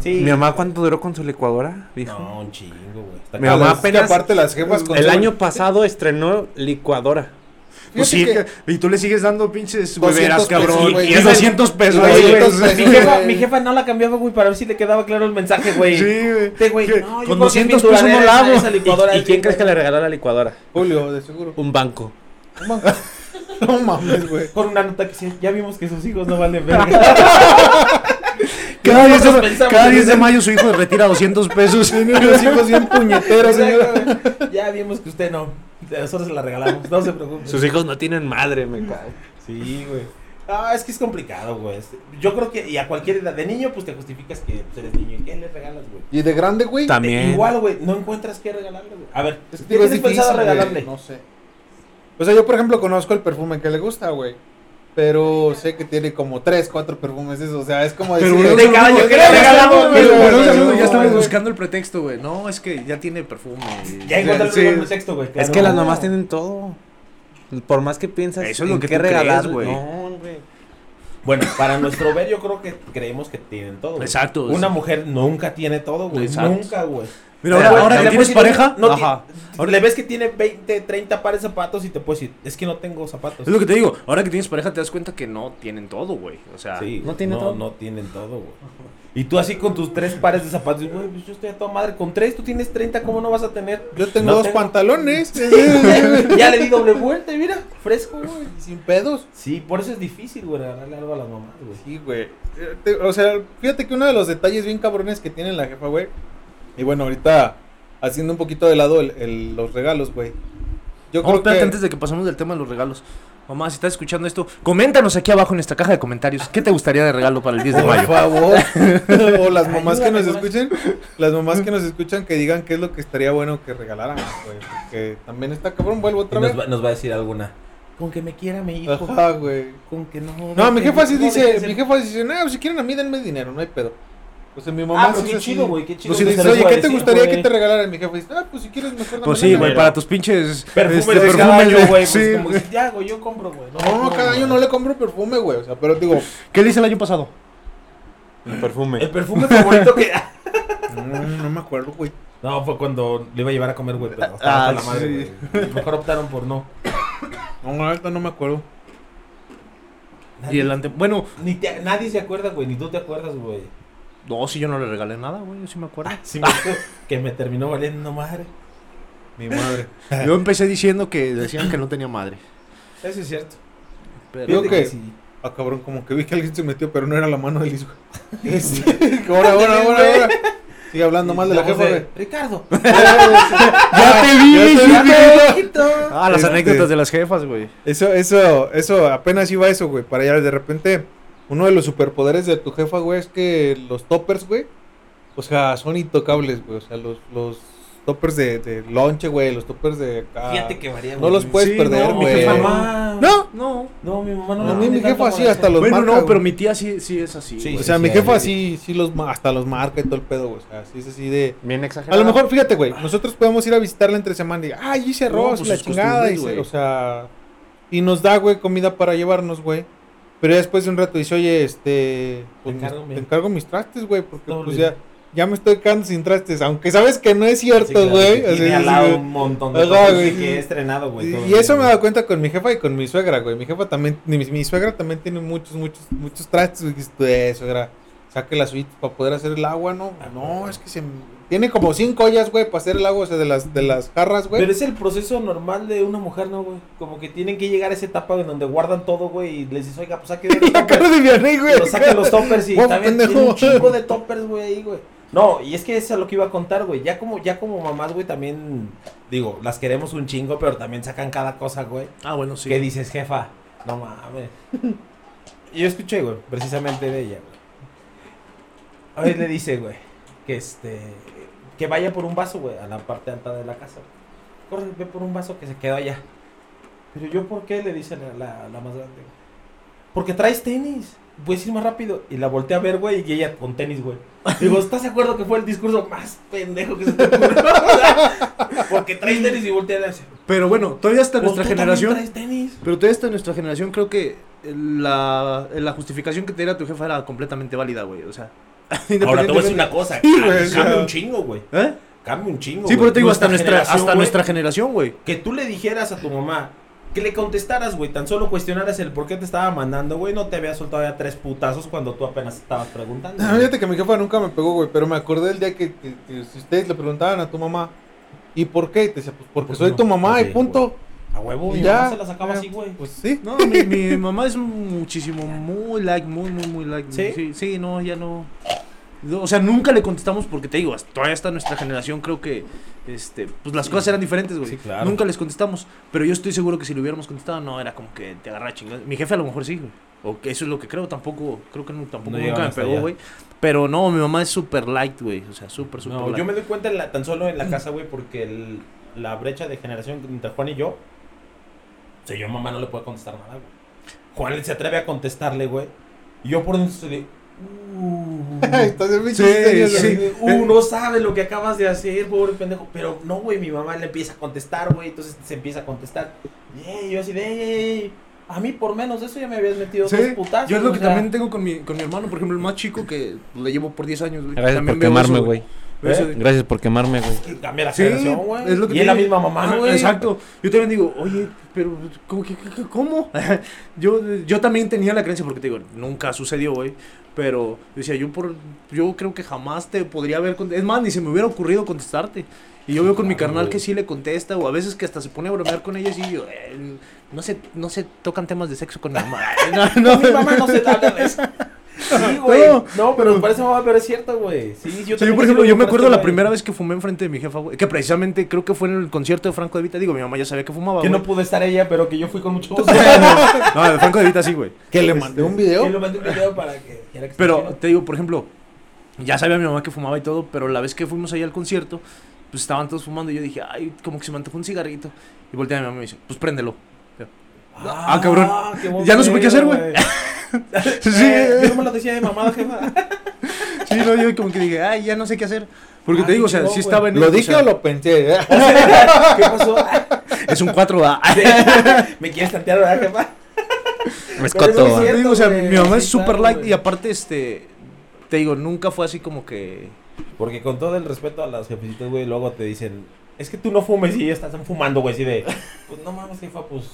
Speaker 5: Sí.
Speaker 8: ¿Mi mamá cuánto duró con su licuadora? Dijo.
Speaker 5: No, un chingo, güey. Está
Speaker 4: Mi
Speaker 3: Mi mamá
Speaker 4: mamá apenas.
Speaker 3: apenas-
Speaker 4: Aparte, las jefas con
Speaker 3: El
Speaker 4: su-
Speaker 3: año pasado estrenó licuadora.
Speaker 6: Pues sí,
Speaker 4: Fíjate
Speaker 6: y tú le sigues dando pinches hueveras,
Speaker 4: 200 pesos,
Speaker 6: cabrón.
Speaker 4: güey.
Speaker 6: Y es 200 pesos,
Speaker 4: Oye,
Speaker 6: güey.
Speaker 4: güey,
Speaker 6: Entonces-
Speaker 5: Mi jefa, mi jefa no la cambiaba, güey, para ver si le quedaba claro el mensaje, güey.
Speaker 6: Sí, güey.
Speaker 5: Este, güey,
Speaker 6: Que
Speaker 5: no, yo
Speaker 6: con
Speaker 5: creo que es
Speaker 6: 200
Speaker 5: bien
Speaker 6: pesos no
Speaker 5: duradera
Speaker 6: la
Speaker 5: esa-
Speaker 6: hago.
Speaker 5: esa licuadora
Speaker 3: ¿Y,
Speaker 5: es
Speaker 3: quién
Speaker 5: bien
Speaker 3: crees que le regaló la licuadora?
Speaker 6: Pues
Speaker 4: Julio, de seguro.
Speaker 3: Un banco.
Speaker 4: No mames, güey.
Speaker 5: Con una nota que decía, ya vimos que sus hijos no valen verga.
Speaker 6: Cada 10
Speaker 5: Nosotros
Speaker 6: de,
Speaker 5: pensamos
Speaker 6: cada
Speaker 5: en
Speaker 6: 10 de
Speaker 5: eso.
Speaker 6: mayo su hijo le retira 200 pesos.
Speaker 4: Los hijos bien puñeteros, señora.
Speaker 5: ya vimos que usted no. Nosotros se la regalamos, no se preocupe.
Speaker 3: Sus hijos no tienen madre, me cae.
Speaker 5: Sí, güey. Ah, es que es complicado, güey. Este, Yo creo que, y a cualquier edad, de niño, pues te justificas que pues, eres niño. ¿Y qué le regalas, güey?
Speaker 4: Y de grande, güey.
Speaker 5: De-
Speaker 3: También.
Speaker 5: Igual, güey, no encuentras qué regalarle, güey. A ver,
Speaker 4: Es que
Speaker 5: ¿qué
Speaker 4: digo, es
Speaker 5: tienes
Speaker 4: difícil,
Speaker 5: pensado
Speaker 4: güey,
Speaker 5: regalarle?
Speaker 4: No sé. O sea, yo por ejemplo conozco el perfume que le gusta, güey. Pero sé que tiene como 3, 4 perfumes eso. O sea, es como
Speaker 6: Pero
Speaker 4: decir,
Speaker 6: uno de cada
Speaker 5: yo
Speaker 4: "Uy,
Speaker 5: que
Speaker 4: ya
Speaker 5: le regalamos,
Speaker 4: estamos,
Speaker 5: pero-
Speaker 4: güey,
Speaker 5: pero
Speaker 4: o sea,
Speaker 5: no,
Speaker 6: ya estamos
Speaker 4: güey.
Speaker 6: buscando el pretexto, güey. No, es que ya tiene perfume.
Speaker 5: Ya encontré
Speaker 6: Sí,
Speaker 5: el texto, güey.
Speaker 8: Es
Speaker 5: claro.
Speaker 8: que las mamás tienen todo. Por más que piensas
Speaker 6: Eso es lo
Speaker 8: en
Speaker 6: que
Speaker 8: qué
Speaker 6: tú crees,
Speaker 8: regalar,
Speaker 6: güey.
Speaker 8: No, güey.
Speaker 5: Bueno, para nuestro ver, yo creo que creemos que tienen todo. güey.
Speaker 6: Exacto.
Speaker 5: Una mujer nunca tiene todo, güey.
Speaker 6: Exacto.
Speaker 5: Nunca, güey.
Speaker 6: Mira, ahora, ahora que
Speaker 5: le
Speaker 6: tienes
Speaker 5: puedes ir-
Speaker 6: pareja,
Speaker 5: no ti-
Speaker 6: ajá.
Speaker 5: le ves que tiene 20, 30 pares de zapatos y te puedes decir, es que no tengo zapatos.
Speaker 6: Es lo que te digo, ahora que tienes pareja te das cuenta que no tienen todo, güey. O sea,
Speaker 5: Sí,
Speaker 8: ¿No tiene
Speaker 5: no,
Speaker 8: todo?
Speaker 5: No tienen todo, güey. Y tú así con tus tres pares de zapatos, güey, pues yo estoy a toda madre con tres, tú tienes 30, ¿cómo no vas a tener?
Speaker 4: Yo tengo
Speaker 5: No
Speaker 4: dos
Speaker 5: tengo.
Speaker 4: pantalones.
Speaker 5: ya le di doble vuelta y mira, fresco, güey.
Speaker 4: sin pedos.
Speaker 5: Sí, por eso es difícil, güey, agarrarle algo a las mamás, güey.
Speaker 4: Sí, güey. Eh, te- O sea, fíjate que uno de los detalles bien cabrones que tiene la jefa, güey. Y bueno, ahorita haciendo un poquito de lado el- el- los regalos, güey. Yo
Speaker 6: No,
Speaker 4: creo
Speaker 6: espérate,
Speaker 4: que
Speaker 6: antes de que pasemos del tema de los regalos. Mamá, si estás escuchando esto, coméntanos aquí abajo en esta caja de comentarios. ¿Qué te gustaría de regalo para el 10 de
Speaker 4: Por
Speaker 6: mayo?
Speaker 4: favor. o las mamás que
Speaker 5: Ayúdame
Speaker 4: nos
Speaker 5: con
Speaker 4: escuchen, las mamás que nos escuchan que digan qué es lo que estaría bueno que regalaran, güey. Porque también está cabrón, vuelvo
Speaker 5: Y
Speaker 4: otra vez.
Speaker 5: nos, va, nos va a decir alguna. Con que me quiera mi hijo.
Speaker 4: Ajá, güey.
Speaker 5: Con que no.
Speaker 4: No, mi jefa sí
Speaker 5: no
Speaker 4: dice,
Speaker 5: dejes de-
Speaker 4: mi jefa sí dice, no, si quieren a mí denme dinero, no hay pedo. O sea, mi mamá
Speaker 5: Ah, pero
Speaker 4: sí
Speaker 5: qué
Speaker 4: es
Speaker 5: chido,
Speaker 4: así.
Speaker 5: güey, qué chido.
Speaker 4: Pues si
Speaker 5: que
Speaker 4: le dices,
Speaker 5: se les
Speaker 4: oye,
Speaker 5: pueda
Speaker 4: ¿qué te
Speaker 5: decir,
Speaker 4: gustaría
Speaker 5: güey?
Speaker 4: que te regalaran? Mi jefa dice, ah, pues si quieres mejor dame
Speaker 6: Pues sí,
Speaker 4: una
Speaker 6: güey,
Speaker 4: lana".
Speaker 6: para tus pinches
Speaker 5: Perfumes
Speaker 6: este,
Speaker 5: de
Speaker 6: perfumes
Speaker 5: cada año,
Speaker 6: de-
Speaker 5: güey.
Speaker 6: sí,
Speaker 5: Pues como
Speaker 6: güey.
Speaker 5: dices, ya, güey, yo compro, güey.
Speaker 4: No, cada año no le compro perfume, güey. O sea, pero digo,
Speaker 6: ¿Qué le hice el año pasado?
Speaker 8: El perfume.
Speaker 5: El perfume favorito que.
Speaker 4: no, no me acuerdo, güey.
Speaker 5: No, fue cuando le iba a llevar a comer, güey, pero
Speaker 6: Ah,
Speaker 5: estaba hasta la
Speaker 6: sí.
Speaker 5: madre, güey. Mejor optaron por no.
Speaker 4: No, la verdad no me acuerdo.
Speaker 6: Y el ante... Bueno,
Speaker 5: Ni te- nadie se acuerda, güey, ni tú te acuerdas, güey.
Speaker 6: no, si yo no le regalé nada, güey, yo sí me acuerdo.
Speaker 5: Ah, Sí me acuerdo que me terminó valiendo madre.
Speaker 4: Mi madre.
Speaker 6: Yo empecé diciendo que decían que no tenía madre.
Speaker 5: Eso es cierto.
Speaker 6: Pero...
Speaker 4: Yo
Speaker 5: Fíjate
Speaker 4: que-
Speaker 5: sí.
Speaker 4: Ah, cabrón, como que vi que alguien se metió, pero no era la mano de Liz, güey. Este, ahora, ahora, ahora, ahora. Sigue hablando mal de la
Speaker 5: Luego
Speaker 4: jefa, güey. Ah,
Speaker 5: Ricardo.
Speaker 6: ¡Ya te vi,
Speaker 4: te
Speaker 6: sí,
Speaker 4: vi,
Speaker 6: güey! Ah, las
Speaker 4: Este-
Speaker 6: anécdotas de las jefas, güey.
Speaker 4: Eso, eso, eso, apenas iba eso, güey. Para allá, de repente, uno de los superpoderes de tu jefa, güey, es que los toppers, güey, o sea, son intocables, güey. O sea, los, los toppers de, de lonche, güey, los toppers de acá.
Speaker 5: Fíjate que varía,
Speaker 4: No los puedes
Speaker 6: Sí,
Speaker 4: perder,
Speaker 6: no,
Speaker 5: Mi
Speaker 4: güey.
Speaker 5: jefa, mamá.
Speaker 4: No,
Speaker 6: No.
Speaker 5: No, mi mamá no.
Speaker 4: a
Speaker 5: le
Speaker 4: mí mi
Speaker 5: tiene
Speaker 4: jefa
Speaker 5: tanto
Speaker 4: sí, hasta los
Speaker 6: Bueno,
Speaker 4: marca,
Speaker 6: no,
Speaker 4: güey.
Speaker 6: pero mi tía sí, sí es así,
Speaker 5: Sí,
Speaker 6: güey.
Speaker 4: O sea, mi
Speaker 5: sí,
Speaker 4: jefa
Speaker 5: hay-
Speaker 4: sí, sí los, ma- hasta los marca y todo el pedo, güey. O sea, sí es así de...
Speaker 8: Bien
Speaker 4: A
Speaker 8: exagerado.
Speaker 4: lo mejor, fíjate, güey, nosotros podemos ir a visitarla entre semana y diga, ay, hice
Speaker 6: No,
Speaker 4: arroz,
Speaker 6: pues
Speaker 4: la
Speaker 6: sus
Speaker 4: chingada,
Speaker 6: costumbres,
Speaker 4: hice-
Speaker 6: güey.
Speaker 4: o sea, y nos da, güey, comida para llevarnos, güey. Pero ya después de un rato dice, oye, este, pues, mis- te, encargo
Speaker 5: encargo mi-
Speaker 4: mis trastes, güey, porque
Speaker 5: Doble.
Speaker 4: pues ya, ya me estoy quedando sin trastes, aunque sabes que no es
Speaker 5: Sí,
Speaker 4: cierto,
Speaker 5: claro,
Speaker 4: güey. o
Speaker 5: que
Speaker 4: sea,
Speaker 5: tiene
Speaker 4: sí,
Speaker 5: al lado
Speaker 4: güey.
Speaker 5: un montón
Speaker 4: Ajá,
Speaker 5: de cosas
Speaker 4: güey.
Speaker 5: que he estrenado, güey.
Speaker 4: Y-
Speaker 5: todo
Speaker 4: Y
Speaker 5: el
Speaker 4: eso me he
Speaker 5: día.
Speaker 4: dado cuenta con mi jefa y con mi suegra, güey. Mi jefa también, mi, mi suegra también tiene muchos, muchos, muchos trastes. güey. Dices tú, "Eh, suegra, saque la suite para poder hacer el agua, ¿no? Ah, No, es que se... Tiene como cinco ollas, güey, para hacer el agua, o sea, de las, de las jarras, güey.
Speaker 5: Pero es el proceso normal de una mujer, ¿no, güey? Como que tienen que llegar a esa etapa en donde guardan todo, güey, y les dices, oiga, pues saque los
Speaker 4: Cara
Speaker 5: toppers.
Speaker 4: de Vianney, güey.
Speaker 5: Pero saquen los toppers y
Speaker 4: Guau,
Speaker 5: también
Speaker 4: pendejo.
Speaker 5: tiene un chingo de toppers, güey, ahí, güey. No, y es que eso es lo que iba a contar, güey. Ya como, ya como mamás, güey, también, digo, las queremos un chingo, pero también sacan cada cosa, güey.
Speaker 6: Ah, bueno, sí.
Speaker 5: ¿Qué dices, jefa? No mames. Yo escuché, güey, precisamente de ella, güey. A ver, le dice, güey, que este. Que vaya por un vaso, güey, a la parte alta de la casa. Corre, ve por un vaso que se quedó allá. Pero yo, ¿por qué? Le dice la, la- la más grande, güey. Porque traes tenis. Puedes ir más rápido. Y la volteé a ver, güey, y ella con tenis, güey. Digo, ¿estás de acuerdo que fue el discurso más pendejo que se te ocurrió? O sea, Porque traes tenis y voltea a ver.
Speaker 6: Pero bueno, todavía hasta
Speaker 5: "Pues
Speaker 6: nuestra
Speaker 5: tú también
Speaker 6: generación...
Speaker 5: traes tenis?
Speaker 6: Pero todavía hasta nuestra generación creo que la, la justificación que te diera tu jefa era completamente válida, güey. O sea,
Speaker 5: Ahora te voy a decir
Speaker 6: independientemente-
Speaker 5: una cosa,
Speaker 4: güey, o
Speaker 5: cambia,
Speaker 4: sea.
Speaker 5: cambia un chingo, güey.
Speaker 6: ¿Eh?
Speaker 5: Cambia un chingo.
Speaker 6: Sí,
Speaker 5: güey.
Speaker 6: pero te digo, hasta nuestra,
Speaker 5: generación,
Speaker 6: hasta
Speaker 5: güey,
Speaker 6: nuestra generación, güey.
Speaker 5: Que tú le dijeras a tu mamá, que le contestaras, güey, tan solo cuestionaras el por qué te estaba mandando, güey, no te había soltado ya tres putazos cuando tú apenas estabas preguntando.
Speaker 4: Ah,
Speaker 5: güey.
Speaker 4: Fíjate que mi jefa nunca me pegó, güey, pero me acordé del día que, que- que si ustedes le preguntaban a tu mamá, ¿y por qué? Y te decía, pues porque
Speaker 5: Pues
Speaker 4: soy
Speaker 5: no,
Speaker 4: tu mamá
Speaker 5: pues
Speaker 4: y
Speaker 5: sí,
Speaker 4: punto.
Speaker 5: A huevo,
Speaker 4: Y
Speaker 5: mi
Speaker 4: ya.
Speaker 5: mamá se la sacaba así, güey.
Speaker 4: Pues sí.
Speaker 6: No, mi, mi mamá es muchísimo, muy like, muy, muy, muy like.
Speaker 5: ¿Sí?
Speaker 6: sí, sí, no, ya no. no, O sea, nunca le contestamos porque te digo, hasta- todavía hasta nuestra generación creo que este, pues las cosas eran diferentes, güey.
Speaker 5: Sí, claro.
Speaker 6: Nunca les contestamos, pero yo estoy seguro que si le hubiéramos contestado, no, era como que te agarra chingados. Mi jefe a lo mejor sí, güey. O que eso es lo que creo, tampoco, creo que no, tampoco
Speaker 5: No
Speaker 6: nunca
Speaker 5: llegaron
Speaker 6: me
Speaker 5: hasta
Speaker 6: pegó,
Speaker 5: allá.
Speaker 6: güey. Pero no, mi mamá es súper light, güey. O sea, súper, súper
Speaker 5: No,
Speaker 6: light.
Speaker 5: yo me doy cuenta en la- tan solo en la casa, güey, porque el- la brecha de generación entre Juan y yo, o sea, yo a mamá no le puedo contestar nada, güey. Juan se atreve a contestarle, güey. Y yo por dentro estoy de... "Uh".
Speaker 4: Estás bien
Speaker 6: Sí, Eh,
Speaker 4: pinche
Speaker 5: Y
Speaker 4: señor,
Speaker 5: así
Speaker 4: güey.
Speaker 5: de, "Uh, no sabe lo que acabas de hacer, pobre pendejo. Pero no, güey, mi mamá le empieza a contestar, güey. Entonces se empieza a contestar. Y ey, yo así de, "Ey, ey, ey, a mí por menos de eso ya me habías metido
Speaker 6: Sí,
Speaker 5: dos putazos.
Speaker 6: Yo es lo
Speaker 5: o
Speaker 6: que
Speaker 5: sea,
Speaker 6: también tengo con mi, con mi hermano, por ejemplo, el más chico que le llevo por 10 años, güey.
Speaker 8: Gracias
Speaker 6: también
Speaker 8: por
Speaker 6: veo eso,
Speaker 8: quemarme, güey.
Speaker 6: Pero eso-
Speaker 8: Gracias por quemarme, güey.
Speaker 5: Cambia la
Speaker 6: Sí,
Speaker 5: generación, güey.
Speaker 6: es lo que
Speaker 5: y
Speaker 6: te
Speaker 5: es la
Speaker 6: digo.
Speaker 5: misma mamá,
Speaker 6: Ah,
Speaker 5: güey.
Speaker 6: Exacto. Yo también digo, oye, pero ¿cómo? que- que- que- cómo? yo, yo también tenía la creencia, porque te digo, nunca sucedió, güey. Pero decía, yo por yo creo que jamás te podría haber cont- Es más, ni se me hubiera ocurrido contestarte. Y yo veo con mi carnal que sí le contesta, o a veces que hasta se pone a bromear con ella y yo, eh, no se, no se tocan temas de sexo con mi mamá. No,
Speaker 5: Mi mamá
Speaker 6: no.
Speaker 5: no se habla de eso. Sí, güey.
Speaker 6: No.
Speaker 5: No, pero parece mamá, pero es cierto, güey. Sí,
Speaker 6: Sí,
Speaker 5: yo, también
Speaker 6: yo, por ejemplo,
Speaker 5: creo
Speaker 6: yo me
Speaker 5: que
Speaker 6: acuerdo
Speaker 5: este
Speaker 6: la
Speaker 5: güey-
Speaker 6: primera vez que fumé enfrente de mi jefa, güey. Que precisamente creo que fue en el concierto de Franco de Vita. Digo, mi mamá ya sabía que fumaba,
Speaker 5: Que
Speaker 6: güey.
Speaker 5: no pudo estar ella, pero que yo fui con mucho gusto.
Speaker 6: No, el Franco de Vita sí, güey.
Speaker 4: Que le mandé un
Speaker 5: Y
Speaker 4: video.
Speaker 5: le mandé un video para que. quiera que se
Speaker 6: Pero
Speaker 5: entere.
Speaker 6: te digo, por ejemplo, ya sabía mi mamá que fumaba y todo, pero la vez que fuimos ahí al concierto, pues estaban todos fumando y yo dije, ay, como que se me antojó un cigarrito. Y volteé a mi mamá y me dice, pues préndelo. Ah, cabrón.
Speaker 5: qué buen
Speaker 6: Ya no supe qué hacer, güey. Sí,
Speaker 5: Eh,
Speaker 6: eh.
Speaker 5: Yo no me lo decía de mamada, jefa.
Speaker 6: Sí, no, yo como que dije, ay, ya no sé qué hacer. Porque
Speaker 5: Ah,
Speaker 6: te digo, o
Speaker 5: qué
Speaker 6: sea,
Speaker 5: chingón,
Speaker 6: sí
Speaker 5: güey.
Speaker 6: estaba en.
Speaker 4: ¿Lo
Speaker 6: o
Speaker 4: dije
Speaker 6: sea,
Speaker 4: o lo pensé? eh?
Speaker 5: ¿Qué pasó?
Speaker 6: Es un ah, 4A.
Speaker 5: ¿Me quieres tantear, verdad, jefa?
Speaker 8: Es
Speaker 5: Pero no
Speaker 8: coto,
Speaker 5: es
Speaker 8: güey.
Speaker 6: Te digo, o sea,
Speaker 5: güey,
Speaker 6: mi mamá es
Speaker 5: sí está,
Speaker 6: súper light
Speaker 5: güey.
Speaker 6: y aparte, este. Te digo, nunca fue así como que.
Speaker 5: Porque con todo el respeto a las jefecitas, güey, luego te dicen, es que tú no fumes y ellas están fumando, güey, así de, pues no mames, jefa, pues,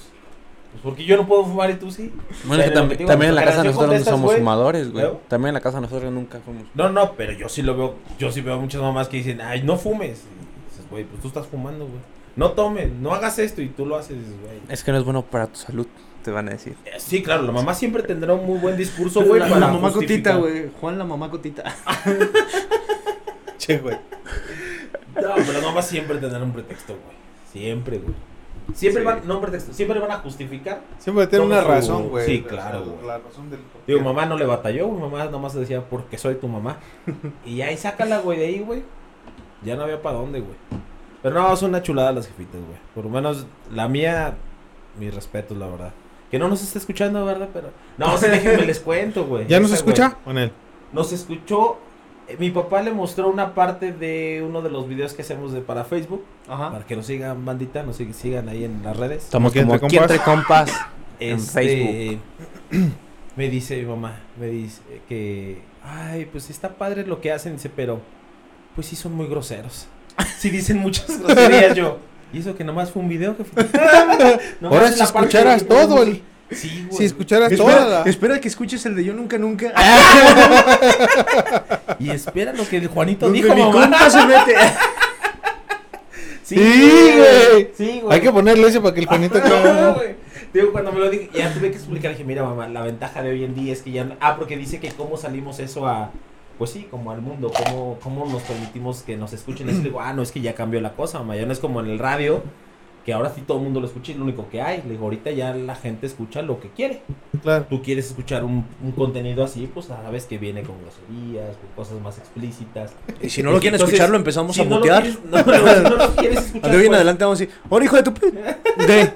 Speaker 5: pues porque yo no puedo fumar y tú sí.
Speaker 8: Bueno, es que
Speaker 5: Pero
Speaker 8: tam-
Speaker 5: digo,
Speaker 8: también en la
Speaker 5: nuestra
Speaker 8: casa
Speaker 5: generación
Speaker 8: nosotros no
Speaker 5: contestas,
Speaker 8: somos
Speaker 5: güey.
Speaker 8: fumadores, güey.
Speaker 5: ¿Luego?
Speaker 8: También en la casa nosotros nunca fuimos.
Speaker 5: No, no, pero yo sí lo veo, yo sí veo muchas mamás que dicen, ay, no fumes. Y dices, güey, pues tú estás fumando, güey. No tomes, no hagas esto y tú lo haces, güey.
Speaker 8: Es que no es bueno para tu salud, te van a decir.
Speaker 5: Eh, Sí, claro, la mamá siempre tendrá un muy buen discurso, güey.
Speaker 6: la,
Speaker 5: para
Speaker 6: la mamá
Speaker 5: justificar.
Speaker 6: cotita, güey. Juan, la mamá cotita.
Speaker 4: Che, güey.
Speaker 5: No, pero las mamás siempre tendrán un pretexto, güey. Siempre, güey. Siempre van, no un pretexto, siempre van a justificar
Speaker 4: Siempre tiene
Speaker 5: Todo
Speaker 4: una
Speaker 5: su-
Speaker 4: razón, güey.
Speaker 5: sí,
Speaker 4: O sea,
Speaker 5: claro, güey.
Speaker 4: La razón del por
Speaker 5: Digo,
Speaker 4: qué.
Speaker 5: mamá no le batalló, güey. Mamá nomás decía, porque soy tu mamá. y ahí sácala, güey, de ahí, güey. Ya no había para dónde, güey. Pero no, son una chulada las jefitas, güey. Por lo menos la mía, mis respetos, la verdad. Que no nos está escuchando, ¿verdad? Pero. No, sí, déjenme les cuento, güey.
Speaker 4: ¿Ya nos
Speaker 5: Esa,
Speaker 4: escucha?
Speaker 5: güey,
Speaker 4: Con él.
Speaker 5: Nos escuchó. eh, Mi papá le mostró una parte de uno de los videos que hacemos de, para Facebook.
Speaker 6: Ajá.
Speaker 4: Ah.
Speaker 5: Para que nos sigan, bandita, nos sig- sigan ahí en las redes.
Speaker 8: Estamos
Speaker 4: ¿Quién
Speaker 8: como
Speaker 4: te
Speaker 8: aquí entre compas. en
Speaker 5: este, me dice mi mamá, me dice que, ay, pues está padre lo que hacen, dice, pero, pues sí son muy groseros. Sí dicen muchas groserías yo. Y eso que nomás fue un video, jefe. Nomás
Speaker 4: Ahora
Speaker 5: es
Speaker 4: si
Speaker 5: la parte
Speaker 4: escucharas
Speaker 5: que-
Speaker 4: todo el-
Speaker 5: Sí, güey.
Speaker 4: Si escucharas toda
Speaker 6: Espera,
Speaker 4: la...
Speaker 6: espera que escuches el de yo nunca, nunca.
Speaker 5: Y espera lo que el Juanito
Speaker 6: Donde
Speaker 5: dijo,
Speaker 6: mi
Speaker 5: mamá.
Speaker 6: compa se mete.
Speaker 5: Sí,
Speaker 4: Sí, güey.
Speaker 5: Sí, güey.
Speaker 4: Hay que ponerle ese para que el Juanito...
Speaker 5: No, güey. Digo, cuando me lo dije, ya tuve que explicar, dije, mira mamá, la ventaja de hoy en día es que ya... no- Ah, porque dice que cómo salimos eso a... Pues sí, como al mundo, cómo, cómo nos permitimos que nos escuchen. Eso digo, ah, no, es que ya cambió la cosa, mamá, ya no es como en el radio, que ahora sí todo el mundo lo escucha y es lo único que hay. Le digo, ahorita ya la gente escucha lo que quiere.
Speaker 4: Claro.
Speaker 5: Tú quieres escuchar un, un contenido así, pues sabes que viene con groserías, con cosas más explícitas.
Speaker 6: Y si no lo quieren
Speaker 5: Entonces,
Speaker 6: escuchar, lo empezamos
Speaker 5: si
Speaker 6: a
Speaker 5: no lo
Speaker 6: mutear.
Speaker 5: quieres- no, no, si no lo quieres escuchar,
Speaker 6: de hoy en
Speaker 5: pues,
Speaker 6: adelante vamos a decir, ahora hijo de tu... p-". De.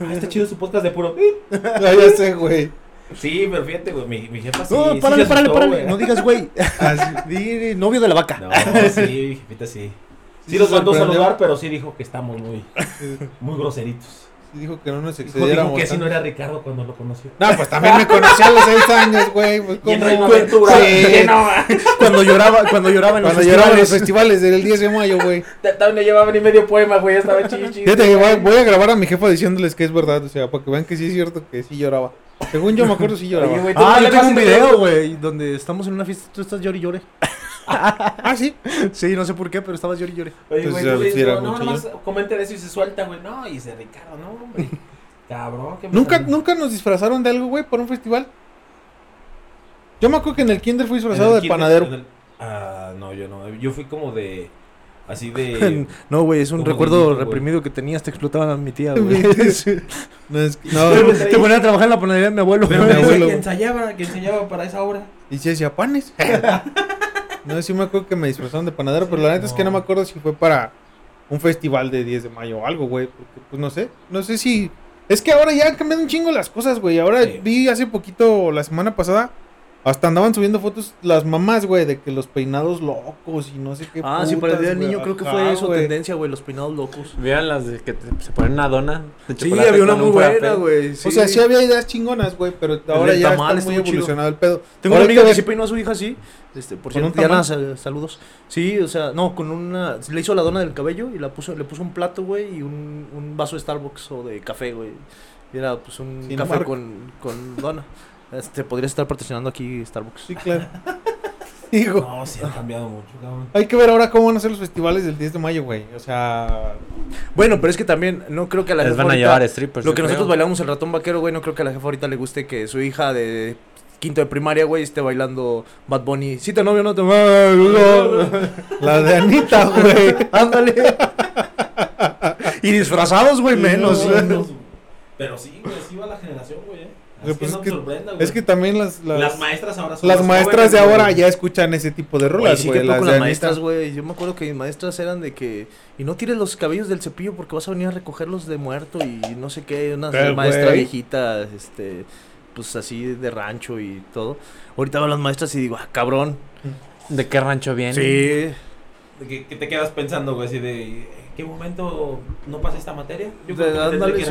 Speaker 5: ah, está chido su podcast de puro...
Speaker 4: Ah, ya sé, güey.
Speaker 5: Sí, pero fíjate, güey, mi, mi jefa sí.
Speaker 6: No,
Speaker 5: sí
Speaker 6: párale,
Speaker 5: se
Speaker 6: párale,
Speaker 5: asustó,
Speaker 6: párale.
Speaker 5: güey.
Speaker 6: No digas, güey. Ah, Di, di, novio de la vaca.
Speaker 5: No, sí, mi jefita sí. Sí,
Speaker 4: Sí
Speaker 5: los
Speaker 4: se
Speaker 5: mandó a
Speaker 4: sorprendió.
Speaker 5: saludar, pero sí dijo que estamos muy, muy groseritos.
Speaker 4: Sí Dijo que no nos
Speaker 5: Dijo, dijo
Speaker 4: excediéramos.
Speaker 5: que así no
Speaker 4: tanto.
Speaker 5: era Ricardo cuando lo conoció.
Speaker 4: No, pues también me conocí a los seis años, güey. Pues,
Speaker 5: Y en
Speaker 4: ¿cómo?
Speaker 5: Reino Aventura,
Speaker 4: Sí.
Speaker 5: que no,
Speaker 6: Cuando lloraba, cuando lloraba en los
Speaker 4: Cuando lloraba en los
Speaker 6: festivales.
Speaker 4: festivales del 10 de mayo, güey.
Speaker 5: también le llevaba ni medio poema, güey, estaba chichi.
Speaker 4: Fíjate que voy, voy a grabar a mi jefa diciéndoles que es verdad, o sea, para que vean que sí es cierto que sí lloraba. Según yo me acuerdo, sí
Speaker 5: Oye,
Speaker 4: lloraba.
Speaker 5: güey,
Speaker 6: Ah,
Speaker 5: ¿tú
Speaker 6: yo
Speaker 5: le vas
Speaker 6: tengo
Speaker 5: y
Speaker 6: un
Speaker 5: te-
Speaker 6: video, güey, donde estamos en una fiesta, tú estás llore y llore.
Speaker 4: Ah, sí.
Speaker 6: Sí, no sé por qué, pero estabas llore y llore.
Speaker 5: Oye,
Speaker 4: Pues,
Speaker 5: güey, tú le
Speaker 4: sí,
Speaker 5: dices,
Speaker 4: era
Speaker 5: no, no,
Speaker 4: mucho
Speaker 5: nomás comenta de eso y se suelta, güey. No, y dice Ricardo, no, hombre. Cabrón, que
Speaker 4: ¿Nunca, nunca nos disfrazaron de algo, güey, por un festival. Yo me acuerdo que en el kinder fui disfrazado de panadero.
Speaker 5: Ah, no, yo no. Yo fui como de. Así de.
Speaker 6: No, güey, es un
Speaker 5: Como
Speaker 6: recuerdo
Speaker 5: niño, güey.
Speaker 6: reprimido que tenías, te explotaban a mi tía, güey.
Speaker 4: No, es que-
Speaker 5: Pero-
Speaker 4: no.
Speaker 6: Te ponían a trabajar en la panadería de mi abuelo.
Speaker 5: Pero
Speaker 4: mi
Speaker 5: me dice
Speaker 4: abuelo.
Speaker 5: que ensayaba, que ensayaba para esa obra.
Speaker 4: Y si hacía panes. No, sí me acuerdo que me disfrazaron de panadero, pero la neta es que no me acuerdo si fue para un festival de 10 de mayo o algo, güey. Porque, pues no sé. No sé si. Es que ahora ya han cambiado un chingo las cosas, güey. Ahora
Speaker 5: Sí.
Speaker 4: vi hace poquito, la semana pasada, Hasta andaban subiendo fotos las mamás, güey, de que los peinados locos y no sé qué.
Speaker 6: Ah, sí, para el día del niño creo que fue
Speaker 4: eso
Speaker 6: su tendencia, güey, los peinados locos.
Speaker 8: Vean las de que te- se ponen una dona. de
Speaker 6: Sí,
Speaker 8: chocolate
Speaker 6: había una
Speaker 8: con
Speaker 6: muy
Speaker 8: un
Speaker 6: buena,
Speaker 8: frappé.
Speaker 6: güey.
Speaker 4: O sea, sí había ideas chingonas, güey, pero ahora
Speaker 6: del
Speaker 4: ya
Speaker 6: tamal
Speaker 4: está muy
Speaker 6: estuvo chido.
Speaker 4: evolucionado el pedo.
Speaker 6: Tengo una
Speaker 4: Ahora
Speaker 6: amiga que
Speaker 4: ves-
Speaker 6: sí peinó a su hija así. Este, por
Speaker 4: ¿Con un
Speaker 6: cierto, Diana,
Speaker 4: tamal?
Speaker 6: sal- saludos. Sí, o sea, no, con una. Le hizo la dona del cabello y la puso, le puso un plato, güey, y un, un vaso de Starbucks o de café, güey. Y era pues un
Speaker 4: Sin
Speaker 6: café
Speaker 4: marca.
Speaker 6: con, con dona. Este, podría estar patrocinando aquí Starbucks.
Speaker 4: Sí, claro. Digo,
Speaker 5: No, sí, ha cambiado mucho, cabrón.
Speaker 4: hay que ver ahora cómo van a ser los festivales del 10 de mayo, güey. O sea,
Speaker 6: Bueno, pero es que también no creo que a la
Speaker 8: Les
Speaker 6: jefa
Speaker 8: van a
Speaker 6: ahorita-
Speaker 8: llevar
Speaker 4: Pues
Speaker 8: strippers.
Speaker 6: Lo
Speaker 8: yo
Speaker 6: que nosotros
Speaker 8: creo.
Speaker 6: bailamos el ratón vaquero, güey, no creo que a la jefa ahorita le guste que su hija de quinto de primaria, güey, esté bailando Bad Bunny. Si te novio no te
Speaker 4: la de Anita, güey.
Speaker 6: Ándale. y disfrazados, güey, menos.
Speaker 4: No, no.
Speaker 5: Pero sí, güey, así va la generación, güey. eh. Así
Speaker 4: Güey, pues
Speaker 5: no
Speaker 4: es
Speaker 5: me
Speaker 4: que-
Speaker 5: sorprenda, güey.
Speaker 4: Es que también las, las,
Speaker 5: las maestras ahora son
Speaker 4: las maestras
Speaker 5: jóvenes,
Speaker 4: de
Speaker 5: güey.
Speaker 4: ahora ya escuchan ese tipo de
Speaker 6: Oye,
Speaker 4: rolas,
Speaker 6: sí,
Speaker 4: güey.
Speaker 6: qué pedo
Speaker 4: las
Speaker 6: con
Speaker 4: de
Speaker 6: las
Speaker 4: Anita.
Speaker 6: maestras, güey. Yo me acuerdo que mis maestras eran de que. Y no tires los cabellos del cepillo porque vas a venir a recogerlos de muerto y no sé qué. Una
Speaker 4: Pero,
Speaker 6: maestra
Speaker 4: güey.
Speaker 6: viejita, este. Pues así de rancho y todo. Ahorita van las maestras y digo, ah, cabrón.
Speaker 8: ¿De qué rancho viene?
Speaker 6: Sí.
Speaker 5: De Que, que te quedas pensando, güey, así de. ¿en ¿Qué momento no pasa esta materia?
Speaker 6: De-
Speaker 5: Yo creo que me tendré
Speaker 6: ándale,
Speaker 5: que
Speaker 6: sí.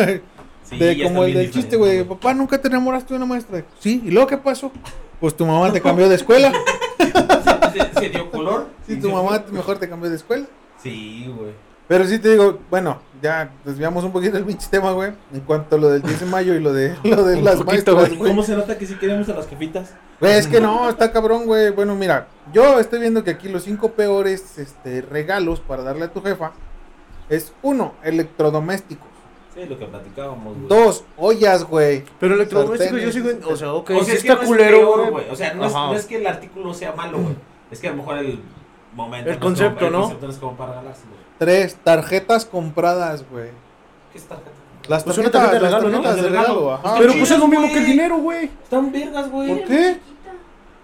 Speaker 5: regresar. Sí, ya
Speaker 4: De
Speaker 5: están
Speaker 4: como el
Speaker 5: bien
Speaker 4: del chiste,
Speaker 5: diferentes,
Speaker 4: güey. Papá, nunca te enamoraste de una maestra. Sí, ¿y luego qué pasó? Pues tu mamá te cambió de escuela.
Speaker 5: Se, se dio color.
Speaker 4: Sí, tu mamá mejor te cambió de escuela.
Speaker 5: Sí, güey.
Speaker 4: Pero sí te digo, bueno, ya desviamos un poquito el pinche tema, güey. En cuanto a lo del 10 de mayo y lo de, lo de
Speaker 8: Un
Speaker 4: las
Speaker 8: poquito,
Speaker 4: maestras, güey.
Speaker 5: ¿Cómo se nota que si queremos a las jefitas?
Speaker 4: Güey, es que no, está cabrón, güey. Bueno, mira, yo estoy viendo que aquí los cinco peores este, regalos para darle a tu jefa es uno, electrodomésticos.
Speaker 5: Sí, lo que platicábamos, güey.
Speaker 4: Dos, ollas, güey.
Speaker 6: Pero electrodoméstico yo
Speaker 4: Sartenes.
Speaker 6: sigo. en- O sea, ok,
Speaker 5: O
Speaker 6: sí
Speaker 5: sea, es que
Speaker 6: está
Speaker 5: no es
Speaker 6: culero,
Speaker 5: peor,
Speaker 6: güey.
Speaker 5: güey. O sea, no es,
Speaker 6: Ajá.
Speaker 5: no es que el artículo sea malo, güey. Es que a lo mejor el
Speaker 6: El
Speaker 5: momento. no es como-
Speaker 6: concepto, ¿no?
Speaker 5: El concepto no es como para regalárselo.
Speaker 4: Tres, tarjetas compradas, güey.
Speaker 5: ¿Qué es tarjeta?
Speaker 4: Las
Speaker 6: Pues
Speaker 4: tarjetas,
Speaker 6: una tarjeta de
Speaker 4: las
Speaker 6: regalo, ¿no?
Speaker 4: tarjetas
Speaker 5: De
Speaker 4: de
Speaker 5: regalo.
Speaker 4: regalo, ajá.
Speaker 6: Pero pues es lo mismo
Speaker 5: güey.
Speaker 6: que el dinero, güey.
Speaker 5: Están vergas, güey.
Speaker 4: ¿Por qué?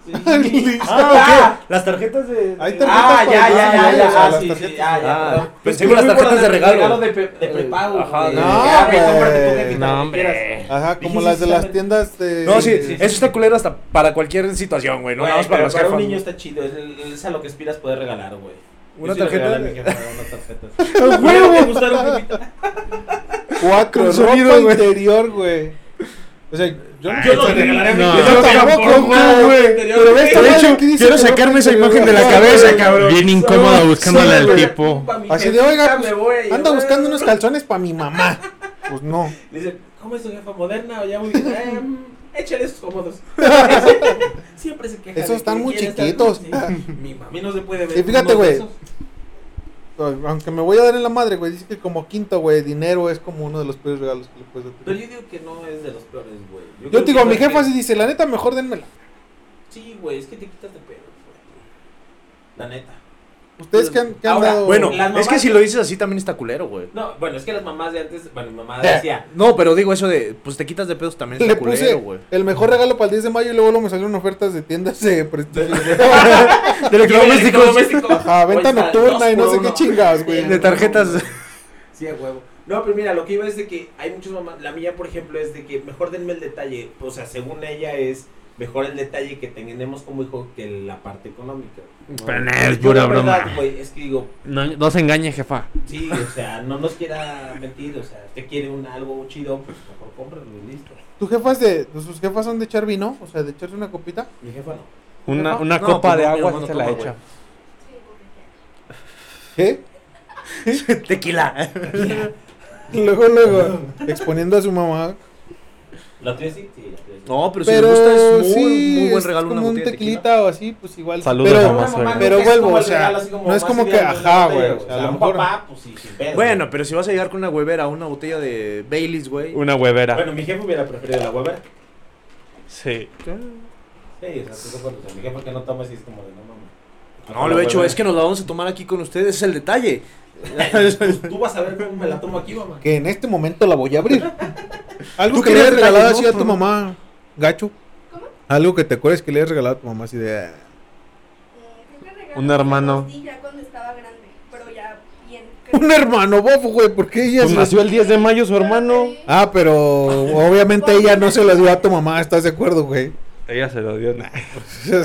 Speaker 5: Sí.
Speaker 6: Ah, ok. Las tarjetas de.
Speaker 4: Hay
Speaker 6: de-
Speaker 4: tarjetas
Speaker 5: Ah, ya,
Speaker 4: para-
Speaker 5: ya,
Speaker 4: ah, o
Speaker 5: ya, ya.
Speaker 4: sea,
Speaker 5: Ah,
Speaker 4: las
Speaker 5: sí, sí,
Speaker 4: tarjetas-
Speaker 5: ya, ya.
Speaker 6: Ah,
Speaker 5: perdón.
Speaker 6: pensé
Speaker 5: Yo
Speaker 6: que las
Speaker 5: fui por
Speaker 6: tarjetas de regalo.
Speaker 5: de, pre- de prepago.
Speaker 6: Ajá,
Speaker 5: güey.
Speaker 6: no,
Speaker 5: Ya, güey,
Speaker 4: güey.
Speaker 5: cómprate tu jefita,
Speaker 8: No,
Speaker 5: lo que quieras.
Speaker 8: hombre.
Speaker 4: Ajá, como
Speaker 5: Dije,
Speaker 4: las
Speaker 5: sí,
Speaker 4: de
Speaker 5: sí,
Speaker 4: las
Speaker 5: saben.
Speaker 4: tiendas de...
Speaker 6: No, sí,
Speaker 5: sí, sí,
Speaker 6: eso está culero hasta para cualquier situación, güey. No
Speaker 5: Güey,
Speaker 6: nada más para
Speaker 5: pero
Speaker 6: las
Speaker 5: para
Speaker 6: jefas.
Speaker 5: un niño está chido. Es, es a lo que aspiras poder regalar, güey. Yo
Speaker 6: Una
Speaker 5: sí le
Speaker 6: tarjeta
Speaker 5: regalé a
Speaker 6: de-
Speaker 5: mi jefa unas tarjetas. ¿Te gustaron, jefita?
Speaker 4: Cuatro,
Speaker 6: Con
Speaker 4: ropa
Speaker 6: sonido, güey.
Speaker 4: interior, güey. O sea, yo
Speaker 5: Yo lo regalaré a mi jefita.
Speaker 6: yo tampoco, güey.
Speaker 5: Pero
Speaker 6: De hecho, quiero sacarme esa imagen de la cabeza, cabrón.
Speaker 9: Bien incómodo buscándole al
Speaker 6: güey.
Speaker 9: tipo.
Speaker 4: Así de, oiga, pues, anda buscando unos calzones para mi mamá. Pues no.
Speaker 5: Le dice, ¿cómo es tu jefa moderna? O ya muy bien. Eh, échale esos cómodos. Ese- Siempre se queja. de
Speaker 4: Esos están
Speaker 5: que
Speaker 4: muy
Speaker 5: quiere
Speaker 4: chiquitos.
Speaker 5: estar- Sí, Mi mami no se puede ver.
Speaker 4: Sí, fíjate,
Speaker 5: uno de
Speaker 4: güey.
Speaker 5: esos.
Speaker 4: Aunque me voy a dar en la madre, güey. Dice que como quinto, güey, dinero es como uno de los peores regalos que le puedes dar.
Speaker 5: Pero yo digo que no es de los peores, güey.
Speaker 4: Yo
Speaker 5: creo
Speaker 4: te digo,
Speaker 5: que
Speaker 4: a mi jefa
Speaker 5: es-
Speaker 4: sí dice, la neta, mejor denmela.
Speaker 5: Sí, güey, es que te quitas de pedo, güey. La neta.
Speaker 4: Ustedes que han, que han
Speaker 5: Ahora,
Speaker 4: dado...
Speaker 6: Bueno,
Speaker 5: Las mamás-
Speaker 6: es que si lo dices así también está culero, güey.
Speaker 5: No, bueno, es que las mamás de antes, bueno, mi mamá decía,
Speaker 6: No, pero digo eso de, pues te quitas de pedos también
Speaker 4: le
Speaker 6: está
Speaker 4: puse
Speaker 6: culero, güey.
Speaker 4: el mejor regalo para el 10 de mayo y luego, luego me salieron ofertas de tiendas de prestigio.
Speaker 6: De electrodomésticos.
Speaker 4: Ajá, venta
Speaker 5: Oye,
Speaker 4: nocturna y no
Speaker 5: dos
Speaker 4: sé
Speaker 5: por
Speaker 4: qué
Speaker 5: uno.
Speaker 4: chingas, güey.
Speaker 6: De tarjetas.
Speaker 5: Sí, a huevo. No, pero mira, lo que iba es de que hay muchas mamás. La mía, por ejemplo, es de que mejor denme el detalle. O sea, según ella es mejor el detalle que tenemos como hijo que la parte económica.
Speaker 9: Pero no,
Speaker 5: Yo,
Speaker 9: es pura
Speaker 5: la
Speaker 9: broma.
Speaker 5: verdad, güey, es que digo,
Speaker 8: No, no se engañe, jefa.
Speaker 5: sí, o sea, no nos quiera mentir. O sea, usted quiere un algo chido, pues mejor cómpralo y listo.
Speaker 4: ¿Tu jefas de, pues, sus jefas son de echar vino? O sea, de echarse una copita.
Speaker 5: Mi jefa no.
Speaker 8: Una, una
Speaker 6: No,
Speaker 8: copa
Speaker 6: pues no,
Speaker 8: de
Speaker 6: mi
Speaker 8: agua
Speaker 6: hermano
Speaker 8: se la
Speaker 6: toma, güey.
Speaker 8: echa.
Speaker 4: ¿Qué?
Speaker 6: Tequila.
Speaker 4: Luego, luego, exponiendo a su mamá.
Speaker 5: ¿La tuya sí? Sí, la tuya sí.
Speaker 6: No, pero si
Speaker 4: Pero
Speaker 6: le gusta es muy,
Speaker 4: sí,
Speaker 6: muy buen
Speaker 4: es
Speaker 6: regalo una
Speaker 4: como un
Speaker 6: botella de tequila.
Speaker 4: tequilita o así, pues igual.
Speaker 8: Saludos,
Speaker 4: pero,
Speaker 8: mamá.
Speaker 4: pero
Speaker 5: nunca es
Speaker 4: vuelvo,
Speaker 5: como
Speaker 4: o
Speaker 5: el
Speaker 4: sea,
Speaker 5: regalo así como
Speaker 4: no es
Speaker 5: más
Speaker 4: como que,
Speaker 5: ideal de una
Speaker 4: ajá,
Speaker 5: botella,
Speaker 4: güey, o sea, a lo
Speaker 5: un
Speaker 4: mejor-
Speaker 5: papá, pues sí, sin pedo.
Speaker 6: Bueno, pero si vas a llegar con una huevera, una botella de Baileys, güey.
Speaker 8: Una huevera.
Speaker 5: Bueno, mi jefe hubiera preferido la hueva.
Speaker 8: Sí.
Speaker 5: Sí, o sea, tú cuando te dije, ¿por qué no tomas? Y es como de no mames.
Speaker 6: No, lo he hecho, es que nos la vamos a tomar aquí con ustedes, ese es el detalle.
Speaker 5: Pues, Tú vas a ver cómo me la tomo aquí, mamá.
Speaker 4: Que en este momento la voy a abrir. Algo
Speaker 6: Tú
Speaker 4: que le
Speaker 6: querías
Speaker 4: hayas regalado
Speaker 6: detalles,
Speaker 4: así
Speaker 6: ¿no?
Speaker 4: a tu mamá, gacho.
Speaker 7: ¿Cómo?
Speaker 4: Algo que te acuerdes que le hayas regalado a tu mamá así de...
Speaker 8: Un hermano.
Speaker 7: Ya cuando estaba grande, pero ya bien.
Speaker 4: Un hermano bofo, güey, porque ella...
Speaker 8: Pues
Speaker 4: se-
Speaker 8: nació el 10 de mayo su hermano.
Speaker 4: Ah, pero obviamente ella no se lo dio a tu mamá, ¿estás de acuerdo, güey?
Speaker 10: Ella se lo dio. nah.
Speaker 4: Mira,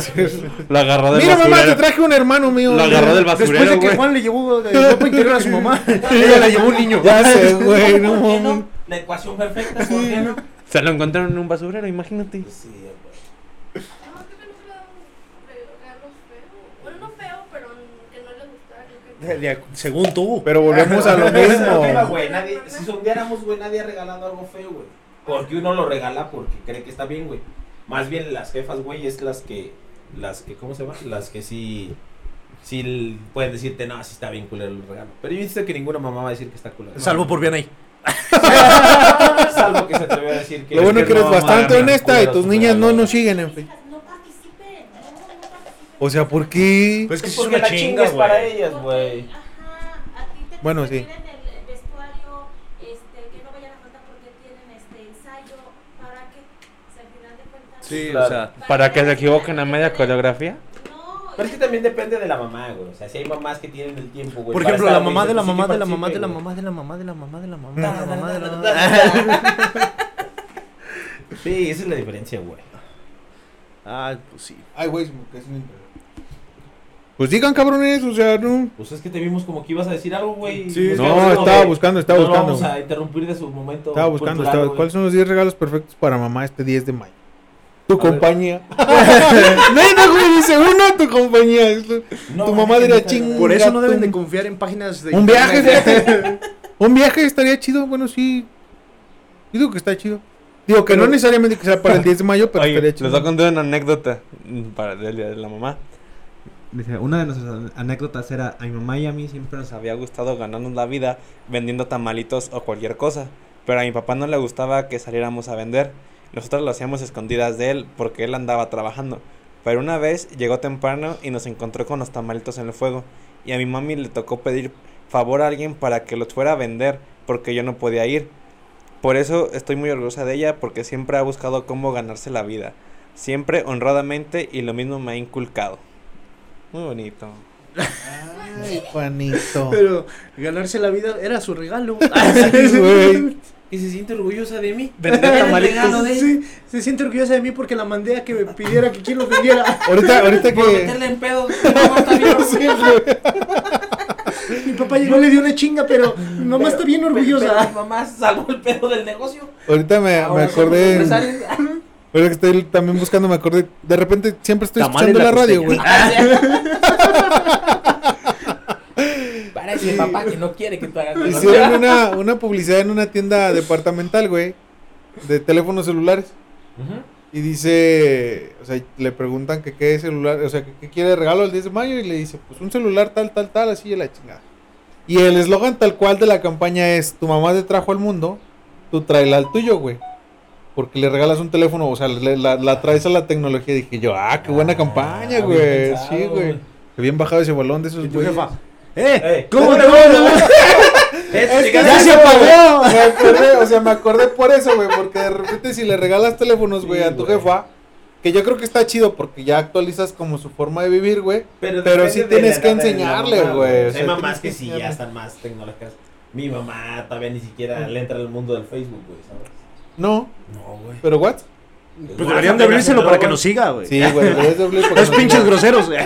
Speaker 10: Lo agarró del
Speaker 4: mamá, te
Speaker 10: basurero.
Speaker 4: traje un hermano mío.
Speaker 10: Lo agarró del
Speaker 6: Después
Speaker 10: basurero,
Speaker 6: de que
Speaker 10: güey.
Speaker 6: Juan le llevó de ropa interior a su mamá, ella le llevó un niño.
Speaker 4: Ya sé, güey, no
Speaker 5: ¿Por qué
Speaker 4: mames.
Speaker 5: no? La ecuación perfecta, ¿por qué no?
Speaker 10: Se lo encontraron en un basurero, imagínate.
Speaker 5: Pues sí, güey.
Speaker 8: No, creo que nunca le he dado un regalo feo. Bueno, no feo, pero que no le gustara. creo que-
Speaker 6: De- de- Según tú.
Speaker 4: Pero volvemos Pues a lo
Speaker 5: Esa es la prueba,
Speaker 4: mismo.
Speaker 5: güey, nadie- Si sondeáramos, güey, nadie ha regalado algo feo, güey. Porque uno lo regala porque cree que está bien, güey. Más bien las jefas, güey, es las que. Las que, ¿cómo se llama? Las que sí. Sí l- pueden decirte, no, sí está bien culero el regalo. Pero yo visto que ninguna mamá va a decir que está culero.
Speaker 6: Salvo por bien ahí.
Speaker 5: Salvo que se te a decir que.
Speaker 4: Lo bueno
Speaker 10: es
Speaker 4: es
Speaker 10: que
Speaker 4: que
Speaker 10: no
Speaker 4: eres
Speaker 10: vamos a
Speaker 4: bastante
Speaker 10: ganar,
Speaker 4: honesta y
Speaker 5: culeros,
Speaker 4: tus niñas no
Speaker 5: culeros.
Speaker 4: nos siguen en Facebook.
Speaker 7: No participen, no, no participen.
Speaker 4: O sea, ¿por qué?
Speaker 6: Pues es que sí es
Speaker 5: Porque
Speaker 6: una
Speaker 5: la chinga
Speaker 6: chinga,
Speaker 5: es para
Speaker 6: güey.
Speaker 5: ellas,
Speaker 7: Porque,
Speaker 5: güey.
Speaker 7: Ajá, a ti te
Speaker 4: Bueno,
Speaker 7: te
Speaker 4: sí.
Speaker 7: piden el vestuario, este, que no vayan a faltar porque tienen este ensayo, ¿para qué? O sea, al final de cuentas.
Speaker 6: Sí,
Speaker 5: Claro.
Speaker 6: o sea.
Speaker 10: Para que se equivoquen a media coreografía.
Speaker 7: No,
Speaker 5: Pero es que también depende de la mamá, güey. O sea, si hay mamás que tienen el tiempo, güey.
Speaker 6: Por
Speaker 5: para
Speaker 6: ejemplo, la
Speaker 5: estar,
Speaker 6: mamá
Speaker 5: güey,
Speaker 6: de la
Speaker 5: sí que
Speaker 6: mamá de la mamá de
Speaker 5: participe,
Speaker 6: la
Speaker 5: güey.
Speaker 6: mamá de la mamá de la mamá de la mamá de la mamá de la mamá.
Speaker 5: Sí, esa es la diferencia, güey.
Speaker 6: Ah, pues sí.
Speaker 4: Ay, güey, se me cae sin internet. Pues digan, cabrones, o sea, no.
Speaker 5: Pues es que te vimos como que ibas a decir algo, güey.
Speaker 6: Sí,
Speaker 5: Nos
Speaker 6: No,
Speaker 5: quedamos
Speaker 4: No,
Speaker 5: como
Speaker 4: estaba
Speaker 5: que
Speaker 4: buscando, estaba
Speaker 5: no lo
Speaker 4: buscando.
Speaker 5: Vamos a interrumpir de su momento.
Speaker 4: Estaba buscando,
Speaker 5: cultural,
Speaker 4: estaba-
Speaker 5: güey.
Speaker 4: ¿cuáles son los 10 regalos perfectos para mamá este 10 de mayo? Tu
Speaker 5: ver.
Speaker 4: compañía. Neta, güey, dice uno, tu compañía. Es lo-
Speaker 5: No,
Speaker 4: tu
Speaker 5: mames,
Speaker 4: mamá diría
Speaker 5: neta,
Speaker 4: ching.
Speaker 6: Por eso no deben de
Speaker 4: gato".
Speaker 6: confiar en páginas de
Speaker 4: Un viaje, fíjate. Un viaje estaría chido, bueno, sí. Yo digo que está chido. Digo que no necesariamente que sea para el 10 de mayo, pero
Speaker 10: Oye,
Speaker 4: estaría
Speaker 10: les voy a
Speaker 4: chido.
Speaker 10: contar una anécdota mm, para del día de la mamá.
Speaker 9: Dice, una de nuestras an- anécdotas era, a mi mamá y a mí siempre nos
Speaker 10: Nos había gustado ganarnos la vida vendiendo tamalitos o cualquier cosa, pero a mi papá no le gustaba que saliéramos a vender. Nosotros lo hacíamos escondidas de él porque él andaba trabajando. Pero una vez llegó temprano y nos encontró con los tamalitos en el fuego. Y a mi mami le tocó pedir favor a alguien para que los fuera a vender porque yo no podía ir. Por eso estoy muy orgullosa de ella porque siempre ha buscado cómo ganarse la vida. Siempre honradamente y lo mismo me ha inculcado. Muy bonito.
Speaker 4: Ay, Juanito.
Speaker 6: Pero ganarse la vida era su regalo.
Speaker 4: Sí, güey.
Speaker 5: Que se siente orgullosa de mí.
Speaker 6: Vender
Speaker 5: regalo de-
Speaker 6: tamalitos. Sí, se siente orgullosa de mí porque la mandé a que me pidiera que quien los vendiera.
Speaker 4: Ahorita, ahorita
Speaker 5: Por
Speaker 4: que.
Speaker 5: meterle en pedo. No, está bien orgullosa.
Speaker 6: Mi papá llegó y le dio una chinga, pero mi mamá está bien
Speaker 5: Pero
Speaker 6: orgullosa.
Speaker 5: Mi mamá salvó el pedo del negocio.
Speaker 4: Ahorita me, me
Speaker 5: Ahora somos
Speaker 4: acordé.
Speaker 5: empresarios.
Speaker 4: Ahorita que estoy también buscando, me acordé. De repente siempre estoy
Speaker 6: Tamales
Speaker 4: escuchando la,
Speaker 6: la
Speaker 4: radio, güey.
Speaker 5: Para ese papá que no quiere que tú hagas negocio.
Speaker 4: Hicieron una, una publicidad en una tienda departamental, güey. De teléfonos celulares.
Speaker 5: Ujú.
Speaker 4: Y dice, o sea, le preguntan que qué celular, o sea, que qué quiere de regalo el 10 de mayo y le dice, pues un celular tal, tal, tal, así de la chingada. Y el eslogan tal cual de la campaña es, tu mamá te trajo al mundo, tú tráela al tuyo, güey. Porque le regalas un teléfono, o sea, le- la, la traes a la tecnología. Dije yo, ah, qué buena campaña,
Speaker 5: bien
Speaker 4: güey.
Speaker 5: pensado,
Speaker 4: sí, güey.
Speaker 5: güey.
Speaker 4: Que bien bajado ese balón de esos,
Speaker 6: Y tu
Speaker 5: Pues,
Speaker 4: güey.
Speaker 6: jefa, ¡eh!
Speaker 5: Ey.
Speaker 6: ¿Cómo te va?
Speaker 5: Es que
Speaker 6: ¡Ya se
Speaker 4: eso,
Speaker 6: apagó!
Speaker 4: Me acordé, o sea, me acordé por eso, güey, porque de repente si le regalas teléfonos, güey, a tu jefa, que yo creo que está chido porque ya actualizas como su forma de vivir, güey. Pero sí
Speaker 5: depende de
Speaker 4: tienes
Speaker 5: la
Speaker 4: que
Speaker 5: edad de la
Speaker 4: enseñarle,
Speaker 5: mamá,
Speaker 4: güey, o
Speaker 5: O sea,
Speaker 4: sea,
Speaker 5: hay
Speaker 4: tienes
Speaker 5: mamás que
Speaker 4: que
Speaker 5: sí ya
Speaker 4: enseñarle. Mm.
Speaker 5: están más tecnológicas. Mi mamá todavía ni siquiera le entra al mundo del Facebook, güey, ¿sabes?
Speaker 4: No,
Speaker 5: No, güey.
Speaker 4: pero what?
Speaker 6: Pues deberían de abrírselo para que nos siga, güey.
Speaker 4: Sí, güey, deberías de abrir porque
Speaker 6: Los
Speaker 4: no-
Speaker 6: pinches groseros, güey.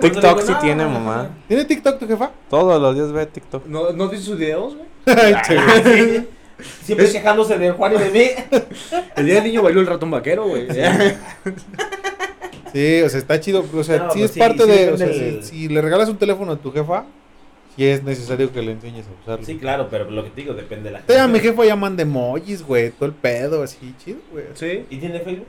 Speaker 10: TikTok sí tiene mamá.
Speaker 4: ¿Tiene TikTok tu jefa?
Speaker 10: Todos los días ve TikTok.
Speaker 6: ¿No, ¿No has visto sus videos, güey?
Speaker 4: Ay, che,
Speaker 5: Siempre quejándose de Juan y de mí.
Speaker 6: El día del niño bailó el ratón vaquero, güey.
Speaker 4: sí, o sea, está chido, o sea,
Speaker 5: No,
Speaker 4: sí
Speaker 5: pues
Speaker 4: es
Speaker 5: sí,
Speaker 4: parte
Speaker 5: sí
Speaker 4: de,
Speaker 5: depende
Speaker 4: o sea,
Speaker 5: del-
Speaker 4: si, si le regalas un teléfono a tu jefa, sí es necesario que le enseñes a usarlo.
Speaker 5: Sí, claro, pero lo que te digo depende de la
Speaker 4: Te- a mi jefa ya manda emojis, güey, todo el pedo, así, chido, güey.
Speaker 6: Sí.
Speaker 5: ¿Y tiene Facebook?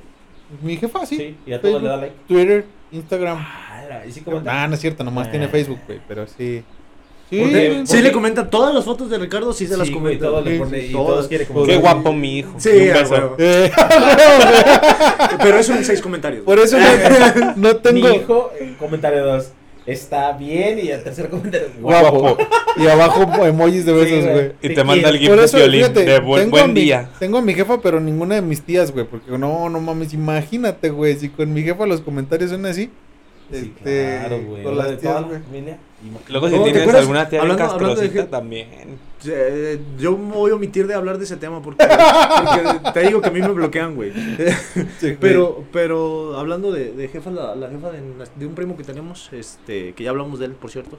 Speaker 4: Mi jefa, sí.
Speaker 5: Y a todos
Speaker 4: Facebook,
Speaker 5: le da like.
Speaker 4: Twitter, Instagram.
Speaker 5: Ah, la- y sí comenta.
Speaker 4: Ah, no es cierto, nomás
Speaker 5: Ah.
Speaker 4: tiene
Speaker 10: Eh.
Speaker 4: Facebook, güey, pero sí. Sí,
Speaker 5: ¿Por qué?
Speaker 6: Sí le comenta todas las fotos de Ricardo, sí se las
Speaker 5: Sí, güey,
Speaker 6: comenta.
Speaker 5: todos le
Speaker 6: Sí,
Speaker 5: pone- y
Speaker 6: todas.
Speaker 5: todos quieren como-
Speaker 10: Qué guapo mi hijo.
Speaker 6: Sí,
Speaker 10: Y un
Speaker 6: ah,
Speaker 10: beso.
Speaker 6: güey.
Speaker 4: Eh,
Speaker 6: Pero eso en seis comentarios.
Speaker 4: por eso no, no
Speaker 5: Mi
Speaker 4: tengo
Speaker 5: hijo, eh, comentario 2. Está bien. Y el tercer comentario.
Speaker 4: guapo. Y abajo emojis de
Speaker 5: Sí,
Speaker 4: besos,
Speaker 5: güey.
Speaker 4: güey.
Speaker 10: Y te
Speaker 5: Te
Speaker 10: manda
Speaker 5: quiero.
Speaker 10: el gif
Speaker 4: Por
Speaker 10: de
Speaker 4: eso,
Speaker 10: violín
Speaker 4: fíjate,
Speaker 10: de buen,
Speaker 4: tengo a
Speaker 10: buen
Speaker 4: mi-
Speaker 10: día.
Speaker 4: Tengo a mi jefa, pero ninguna de mis tías, güey, porque no, no mames, imagínate, güey, si con mi jefa los comentarios son así.
Speaker 5: Sí,
Speaker 4: este,
Speaker 5: claro, güey.
Speaker 4: con
Speaker 5: Hola
Speaker 4: las
Speaker 5: de
Speaker 4: tías,
Speaker 5: toda la
Speaker 4: güey.
Speaker 5: familia.
Speaker 10: Luego si
Speaker 6: No, ¿te
Speaker 10: tienes
Speaker 6: acuerdas?
Speaker 10: alguna tía bien
Speaker 6: Hablando- hablando de
Speaker 10: castrosita
Speaker 6: que-
Speaker 10: también.
Speaker 6: Eh, yo me voy a omitir de hablar de ese tema porque, porque te digo que a mí me bloquean, güey. Pero, pero hablando de, de jefa, la, la jefa de, de un primo que tenemos, este, que ya hablamos de él, por cierto.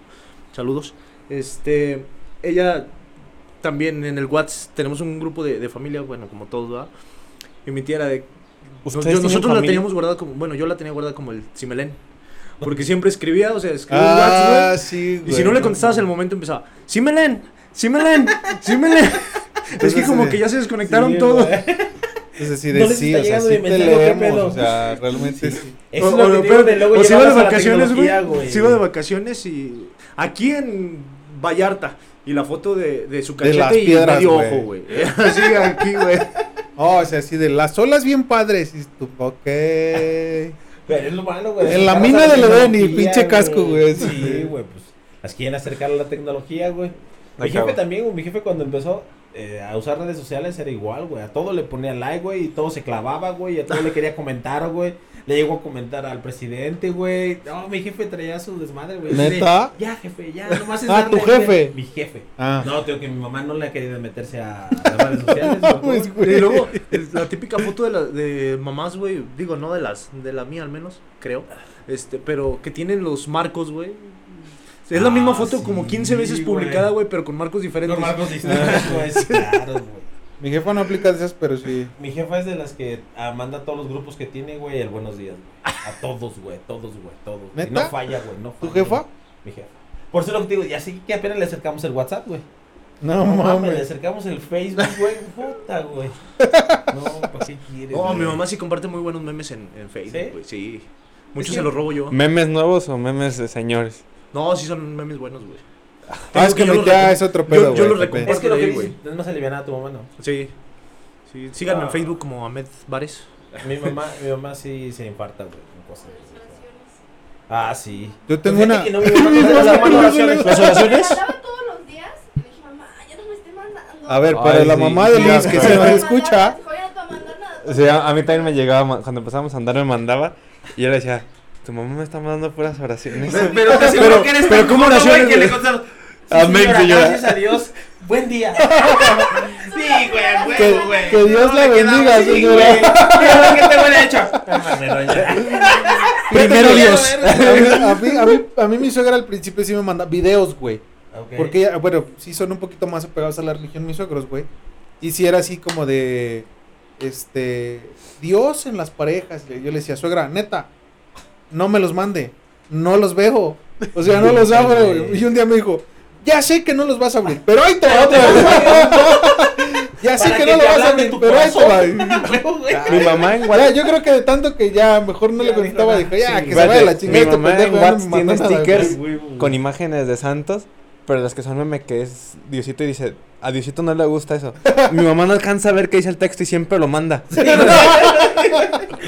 Speaker 6: Saludos. Este, ella también en el WhatsApp tenemos un grupo de, de familia, bueno, como todos, ¿verdad? Y mi tía era de.
Speaker 10: ¿Ustedes
Speaker 6: yo-
Speaker 10: tienen
Speaker 6: nosotros la
Speaker 10: familia?
Speaker 6: teníamos guardada como. Bueno, yo la tenía guardada como el Simelén. Porque siempre escribía, o sea, escribía en WhatsApp,
Speaker 4: Ah,
Speaker 6: güey.
Speaker 4: sí, güey.
Speaker 6: Y si no le contestabas en el momento empezaba, sí me leen, sí me leen, sí me leen. es que
Speaker 4: Entonces,
Speaker 6: como
Speaker 4: eh,
Speaker 6: que ya se desconectaron
Speaker 5: Sí,
Speaker 6: todos.
Speaker 5: güey.
Speaker 4: Entonces, sí,
Speaker 5: No
Speaker 4: de
Speaker 5: les
Speaker 4: sí,
Speaker 5: está
Speaker 4: o sea,
Speaker 5: llegando
Speaker 4: sí te
Speaker 5: mi mensaje, ¿qué
Speaker 4: leemos,
Speaker 5: pedo?
Speaker 4: o sea, realmente sí.
Speaker 5: Eso
Speaker 6: O-
Speaker 5: es lo
Speaker 6: o-
Speaker 5: que te digo
Speaker 6: pero-
Speaker 5: de luego
Speaker 6: o se iba de
Speaker 5: llevarlas a la
Speaker 6: vacaciones, güey.
Speaker 5: tecnología, güey.
Speaker 6: Se iba de vacaciones y aquí en Vallarta. Y la foto de, de su
Speaker 4: De las
Speaker 6: cachete
Speaker 4: piedras,
Speaker 6: y medio
Speaker 4: güey.
Speaker 6: ojo, güey. Eh, Así aquí, güey.
Speaker 4: Oh, o sea, sí, de las olas bien padres. Y tú, ok.
Speaker 5: Pero es lo malo, güey.
Speaker 4: En la
Speaker 5: Acercarlas
Speaker 4: mina
Speaker 5: a la
Speaker 4: de la Dani,
Speaker 5: tecnología,
Speaker 4: pinche casco, güey.
Speaker 5: Sí, güey, pues. Las quieren acercar a la tecnología, güey. Mi
Speaker 10: Acabo.
Speaker 5: jefe también, güey. Mi jefe cuando empezó eh, a usar redes sociales era igual, güey. A todo le ponía like, güey. Y todo se clavaba, güey. A todo le quería comentar, güey. Le llegó a comentar al presidente, güey. No, mi jefe traía su desmadre, güey. Así de,
Speaker 4: ¿Neta?
Speaker 5: Ya, jefe, ya. Nomás es
Speaker 4: Ah,
Speaker 5: darle,
Speaker 4: tu jefe.
Speaker 5: güey". Mi jefe.
Speaker 4: Ah.
Speaker 5: No, tengo que mi mamá no le ha querido meterse a las redes sociales. güey.
Speaker 4: Pues, güey.
Speaker 6: Y luego, el- la típica foto de, la- de mamás, güey, digo, no de las, de la mía al menos, creo, este, pero que tienen los marcos, güey. Es la
Speaker 5: Ah,
Speaker 6: misma foto
Speaker 5: sí,
Speaker 6: como 15 veces
Speaker 5: güey.
Speaker 6: publicada, güey, pero con marcos diferentes.
Speaker 5: Normal, pues, distintos, güey, sí, claro, güey.
Speaker 4: Mi jefa no aplica de esas, pero sí.
Speaker 5: Mi jefa es de las que ah, manda a todos los grupos que tiene, güey, el buenos días. güey. A todos, güey, todos, güey, todos. güey. Y
Speaker 4: ¿Neta?
Speaker 5: No falla, güey, no
Speaker 4: ¿Tu
Speaker 5: falla.
Speaker 4: jefa?
Speaker 5: güey, Mi jefa. Por eso lo que te digo, y así que apenas le acercamos el WhatsApp, güey.
Speaker 4: No
Speaker 5: le
Speaker 4: mames.
Speaker 5: acercamos el Facebook, güey, puta, güey. No, ¿para qué quieres?
Speaker 6: No,
Speaker 5: güey?
Speaker 6: mi mamá sí comparte muy buenos memes en, en Facebook,
Speaker 5: ¿Sí?
Speaker 6: güey, sí. Muchos
Speaker 5: que-
Speaker 6: se los robo yo.
Speaker 10: ¿Memes nuevos o memes de señores?
Speaker 6: No, sí son memes buenos, güey.
Speaker 4: Ah, es que
Speaker 6: Yo
Speaker 4: mi
Speaker 6: los
Speaker 4: tía
Speaker 6: recom-
Speaker 4: es otro
Speaker 6: yo-
Speaker 4: pedo, güey.
Speaker 6: yo los
Speaker 4: también.
Speaker 6: recomp-
Speaker 5: Es que lo que
Speaker 6: Compártelo ahí,
Speaker 5: dices, es más aliviada a tu mamá, ¿no?
Speaker 6: Sí. sí. Síganme en
Speaker 5: Ah.
Speaker 6: Facebook como Ahmed Vares.
Speaker 5: Mi mamá, mi mamá sí se infarta, güey, con cosas de esas, güey. Ah, sí.
Speaker 4: Yo tengo
Speaker 5: Fíjate
Speaker 4: una.
Speaker 5: que no me iba a contar las oraciones.
Speaker 6: ¿Las oraciones?
Speaker 8: Me mandaba todos los días y le dije, mamá, ya no me esté mandando.
Speaker 4: A ver,
Speaker 10: Ay,
Speaker 4: para la
Speaker 10: sí.
Speaker 4: mamá de
Speaker 10: Sí,
Speaker 4: Liz que
Speaker 10: pero-
Speaker 4: se nos
Speaker 8: Mandaba,
Speaker 4: escucha.
Speaker 8: dijo, "Ya no te voy a mandar nada".
Speaker 10: O sea, a mí también me llegaba, ma- cuando empezamos a andar me mandaba y yo le decía, tu mamá me está mandando puras oraciones.
Speaker 5: Pero te aseguro
Speaker 6: Pero-
Speaker 5: que eres
Speaker 6: pero
Speaker 5: tan
Speaker 6: ¿cómo
Speaker 5: joto, güey,
Speaker 6: oraciones,
Speaker 5: que le
Speaker 6: güey?
Speaker 5: contestas, "Sí,
Speaker 10: Amén, señora".
Speaker 5: Gracias a Dios. Buen día. sí, güey, a huevo,
Speaker 4: Que-
Speaker 5: güey.
Speaker 4: que Dios la
Speaker 5: me quedaba
Speaker 4: bendiga,
Speaker 5: así,
Speaker 4: señora.
Speaker 5: güey. ¿Qué es lo que te hubiera hecho? Ámame, doña.
Speaker 4: Primero
Speaker 5: Dios.
Speaker 4: A mí, a, mí, a mí mi suegra al principio sí me manda videos, güey.
Speaker 5: Ok.
Speaker 4: Porque, ella- bueno, sí son un poquito más apegados a la religión mis suegros, güey. Y si era así como de, este, Dios en las parejas. Le- Yo le decía, suegra, neta, no me los mande, no los veo. O sea, no los abro, güey. Y un día me dijo, ya sé que no los vas a abrir, pero ahí te va otra vez. ya sé
Speaker 5: Para
Speaker 4: que no
Speaker 5: te
Speaker 4: los vas a
Speaker 5: hablan de
Speaker 4: abrir,
Speaker 5: tu
Speaker 4: pero ahí te va.
Speaker 5: corazón. A huevo, güey.
Speaker 10: Mi mamá en
Speaker 4: Ya, yo creo que de tanto que ya mejor no le contestaba, dijo, ya, que se vaya a la chingada.
Speaker 10: Mi
Speaker 4: este
Speaker 10: mamá en
Speaker 4: pendejo, ya no me
Speaker 10: WhatsApp
Speaker 4: mandó
Speaker 10: tiene
Speaker 4: nada, güey.
Speaker 10: stickers con imágenes de santos, pero las que son meme que es Diosito y dice, a Diosito no le gusta eso. Mi mamá no alcanza a ver qué dice el texto y siempre lo manda.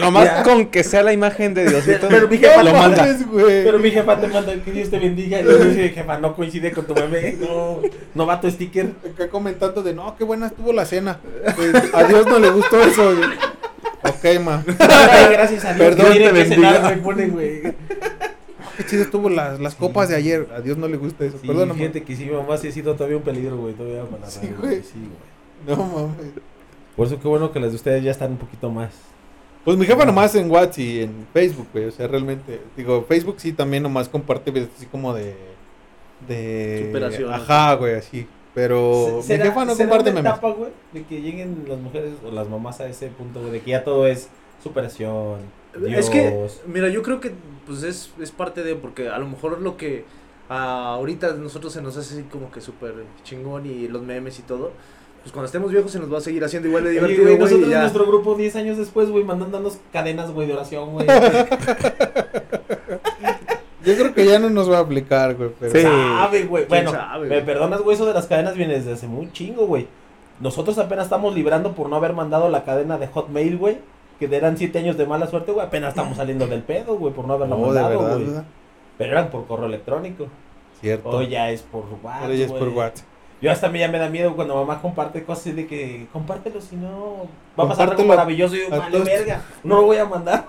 Speaker 10: Nomás
Speaker 5: Ya.
Speaker 10: con que sea la imagen de Diosito,
Speaker 5: Pero mi jefa
Speaker 10: lo
Speaker 4: No
Speaker 10: manda.
Speaker 4: mames, güey.
Speaker 5: Pero mi jefa te manda que Dios te bendiga. Y yo le dije, jefa, no coincide con tu meme. No, no va tu sticker.
Speaker 4: acá comentando de no, qué buena estuvo la cena. Pues, a Dios no le gustó eso. güey. Ok, ma.
Speaker 5: Ay, gracias a Dios.
Speaker 4: Perdón,
Speaker 5: que tiene
Speaker 4: te
Speaker 5: que
Speaker 4: bendiga.
Speaker 5: cenar, me pone, güey.
Speaker 4: Qué chido estuvo las, las copas de ayer. A Dios no le gusta eso.
Speaker 5: Sí,
Speaker 4: Perdón, ma.
Speaker 5: fíjate que sí, mi mamá sí ha sido todavía un peligro, güey. Todavía para la
Speaker 4: Sí,
Speaker 5: radio,
Speaker 4: güey.
Speaker 5: Sí, güey.
Speaker 4: No mames.
Speaker 5: Por eso qué bueno que las de ustedes ya están un poquito más.
Speaker 4: Pues mi jefa nomás en WhatsApp y en Facebook, güey. O sea, realmente. Digo, Facebook sí también nomás comparte videos así como de. De.
Speaker 6: Superación.
Speaker 4: Ajá, güey, así. Pero mi
Speaker 5: ¿Será-
Speaker 4: jefa no
Speaker 5: será
Speaker 4: comparte
Speaker 5: una
Speaker 4: memes.
Speaker 5: etapa, güey, de que lleguen las mujeres o las mamás a ese punto, güey, de que ya todo es superación.
Speaker 6: Es que,
Speaker 5: Dios.
Speaker 6: mira, yo creo que pues es, es parte de, porque a lo mejor lo que ah, ahorita a nosotros se nos hace así como que súper chingón y los memes y todo, pues cuando estemos viejos se nos va a seguir haciendo igual de
Speaker 5: Oye,
Speaker 6: divertido,
Speaker 5: güey,
Speaker 6: güey, y
Speaker 5: nosotros en
Speaker 6: ya.
Speaker 5: nuestro grupo 10 años después, güey, mandándonos cadenas, güey, de oración, güey.
Speaker 4: Yo creo que ya no nos va a aplicar, güey. Pero...
Speaker 10: Sí.
Speaker 5: sabe, güey. Bueno,
Speaker 6: sabe,
Speaker 5: me
Speaker 6: güey?
Speaker 5: perdonas, güey, eso de las cadenas viene desde hace muy chingo, güey. Nosotros apenas estamos librando por no haber mandado la cadena de Hotmail, güey. Que eran siete años de mala suerte, güey. Apenas estamos saliendo del pedo, güey, por no haberla
Speaker 4: No, de verdad,
Speaker 5: mandado, güey.
Speaker 4: ¿verdad?
Speaker 5: Pero eran por correo electrónico.
Speaker 4: Cierto.
Speaker 5: O ya es por WhatsApp.
Speaker 4: Ahora ya es por
Speaker 5: güey.
Speaker 4: WhatsApp.
Speaker 5: Yo hasta a mí ya me da miedo cuando mamá comparte cosas así de que compártelo, si no va a pasar algo
Speaker 4: Compártelo
Speaker 5: maravilloso y yo,
Speaker 4: a
Speaker 5: vale,
Speaker 4: todos.
Speaker 5: verga, no lo voy a mandar.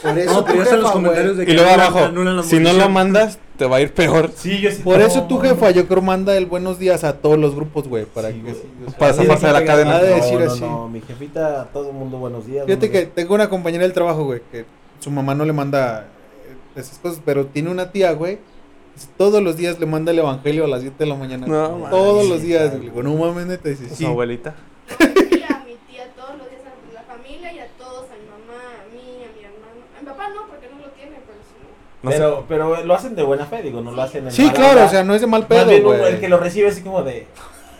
Speaker 4: Por eso,
Speaker 6: No, pero
Speaker 4: tu
Speaker 6: ya están los
Speaker 4: jefa, güey.
Speaker 6: comentarios de que
Speaker 10: Y luego
Speaker 6: anulan-
Speaker 10: abajo,
Speaker 6: anulan la
Speaker 10: si no lo
Speaker 6: munición.
Speaker 10: mandas, te va a ir peor.
Speaker 5: Sí, yo sí.
Speaker 4: Por
Speaker 5: no,
Speaker 4: eso tu jefa, yo creo, manda el buenos días a todos los grupos, güey. Para
Speaker 5: Sí,
Speaker 4: que.
Speaker 5: güey, o sea,
Speaker 10: Para
Speaker 5: sí,
Speaker 10: zafarse de la
Speaker 5: que-
Speaker 10: cadena.
Speaker 5: No,
Speaker 4: Ha de decir
Speaker 5: no,
Speaker 4: así.
Speaker 5: no, mi jefita, todo el mundo buenos días.
Speaker 4: Fíjate que
Speaker 5: buenos
Speaker 4: tengo una compañera del trabajo, güey, que su mamá no le manda eh, esas cosas, pero tiene una tía, güey. que Todos los días le manda el evangelio a las 7 de la mañana.
Speaker 10: No,
Speaker 4: güey.
Speaker 10: mames.
Speaker 4: todos los días. güey. Le digo, no mames, neta. Dice,
Speaker 5: Pues
Speaker 10: Su
Speaker 4: sí.
Speaker 10: abuelita.
Speaker 8: Sí, a mi tía todos los días, a la familia y a todos, a mi mamá, a mí, a mi hermano. A mi papá no, porque no lo tiene, pero sí.
Speaker 5: días. pero, pero lo hacen de buena fe, digo, no lo hacen en
Speaker 4: Sí,
Speaker 5: mala
Speaker 4: claro,
Speaker 5: onda.
Speaker 4: o sea, no es de mal
Speaker 5: Más bien
Speaker 4: pedo,
Speaker 5: uno,
Speaker 4: güey.
Speaker 5: el que lo recibe así como de.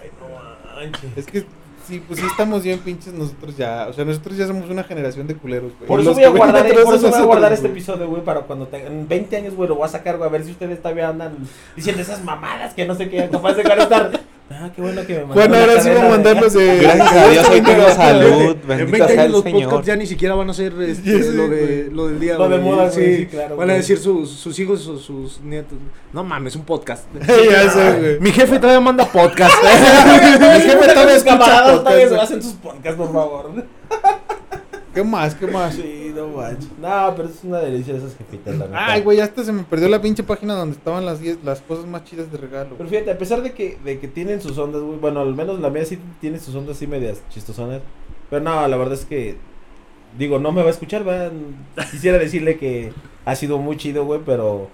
Speaker 5: Ay, no manches.
Speaker 4: Es que sí, pues sí estamos bien pinches nosotros ya. O sea, nosotros ya somos una generación de culeros, güey.
Speaker 5: Por
Speaker 4: Y
Speaker 5: eso
Speaker 4: los
Speaker 5: voy a
Speaker 4: que
Speaker 5: guardar,
Speaker 4: vienen
Speaker 5: por
Speaker 4: atrás
Speaker 5: eso
Speaker 4: de
Speaker 5: voy a guardar este
Speaker 4: nosotros, güey.
Speaker 5: episodio, güey, para cuando tengan 20 años, güey, lo voy a sacar, güey, a ver si ustedes todavía andan diciendo esas mamadas que no sé qué, capaz de estar. Ah, qué bueno que me mandaron.
Speaker 4: Bueno,
Speaker 5: la
Speaker 4: ahora sí
Speaker 5: cadena
Speaker 4: vamos a
Speaker 5: de-
Speaker 4: mandarnos de.
Speaker 10: Gracias a Dios hoy tengo salud.
Speaker 6: en
Speaker 10: Bendito
Speaker 6: 20
Speaker 10: sea
Speaker 6: años
Speaker 10: el
Speaker 6: los
Speaker 10: Señor.
Speaker 6: podcasts ya ni siquiera van a ser este,
Speaker 4: Ya sé,
Speaker 6: lo, de,
Speaker 4: güey.
Speaker 6: lo del día.
Speaker 5: Lo de
Speaker 6: güey,
Speaker 5: moda,
Speaker 6: sí.
Speaker 5: güey, sí, claro,
Speaker 6: Van a
Speaker 5: güey.
Speaker 6: decir sus, sus hijos o sus nietos. No mames, un podcast. Ah,
Speaker 4: Ya sé, güey.
Speaker 6: Mi jefe todavía manda podcast.
Speaker 4: Mi jefe todavía
Speaker 5: Tus
Speaker 4: escucha
Speaker 5: camaradas todavía se
Speaker 4: podcast.
Speaker 5: hacen sus podcasts, por favor.
Speaker 4: ¿Qué más? ¿Qué más?
Speaker 5: Sí, no manches. No, pero es una delicia esas jefitas, la neta.
Speaker 4: Ay, güey, hasta se me perdió la pinche página donde estaban las 10 las cosas más chidas de regalo.
Speaker 5: Pero fíjate, a pesar de que, de que tienen sus ondas, güey, bueno, al menos la mía sí tiene sus ondas así medias chistosonas. Pero no, la verdad es que, digo, no me va a escuchar, ¿verdad? Quisiera decirle que ha sido muy chido, güey, pero,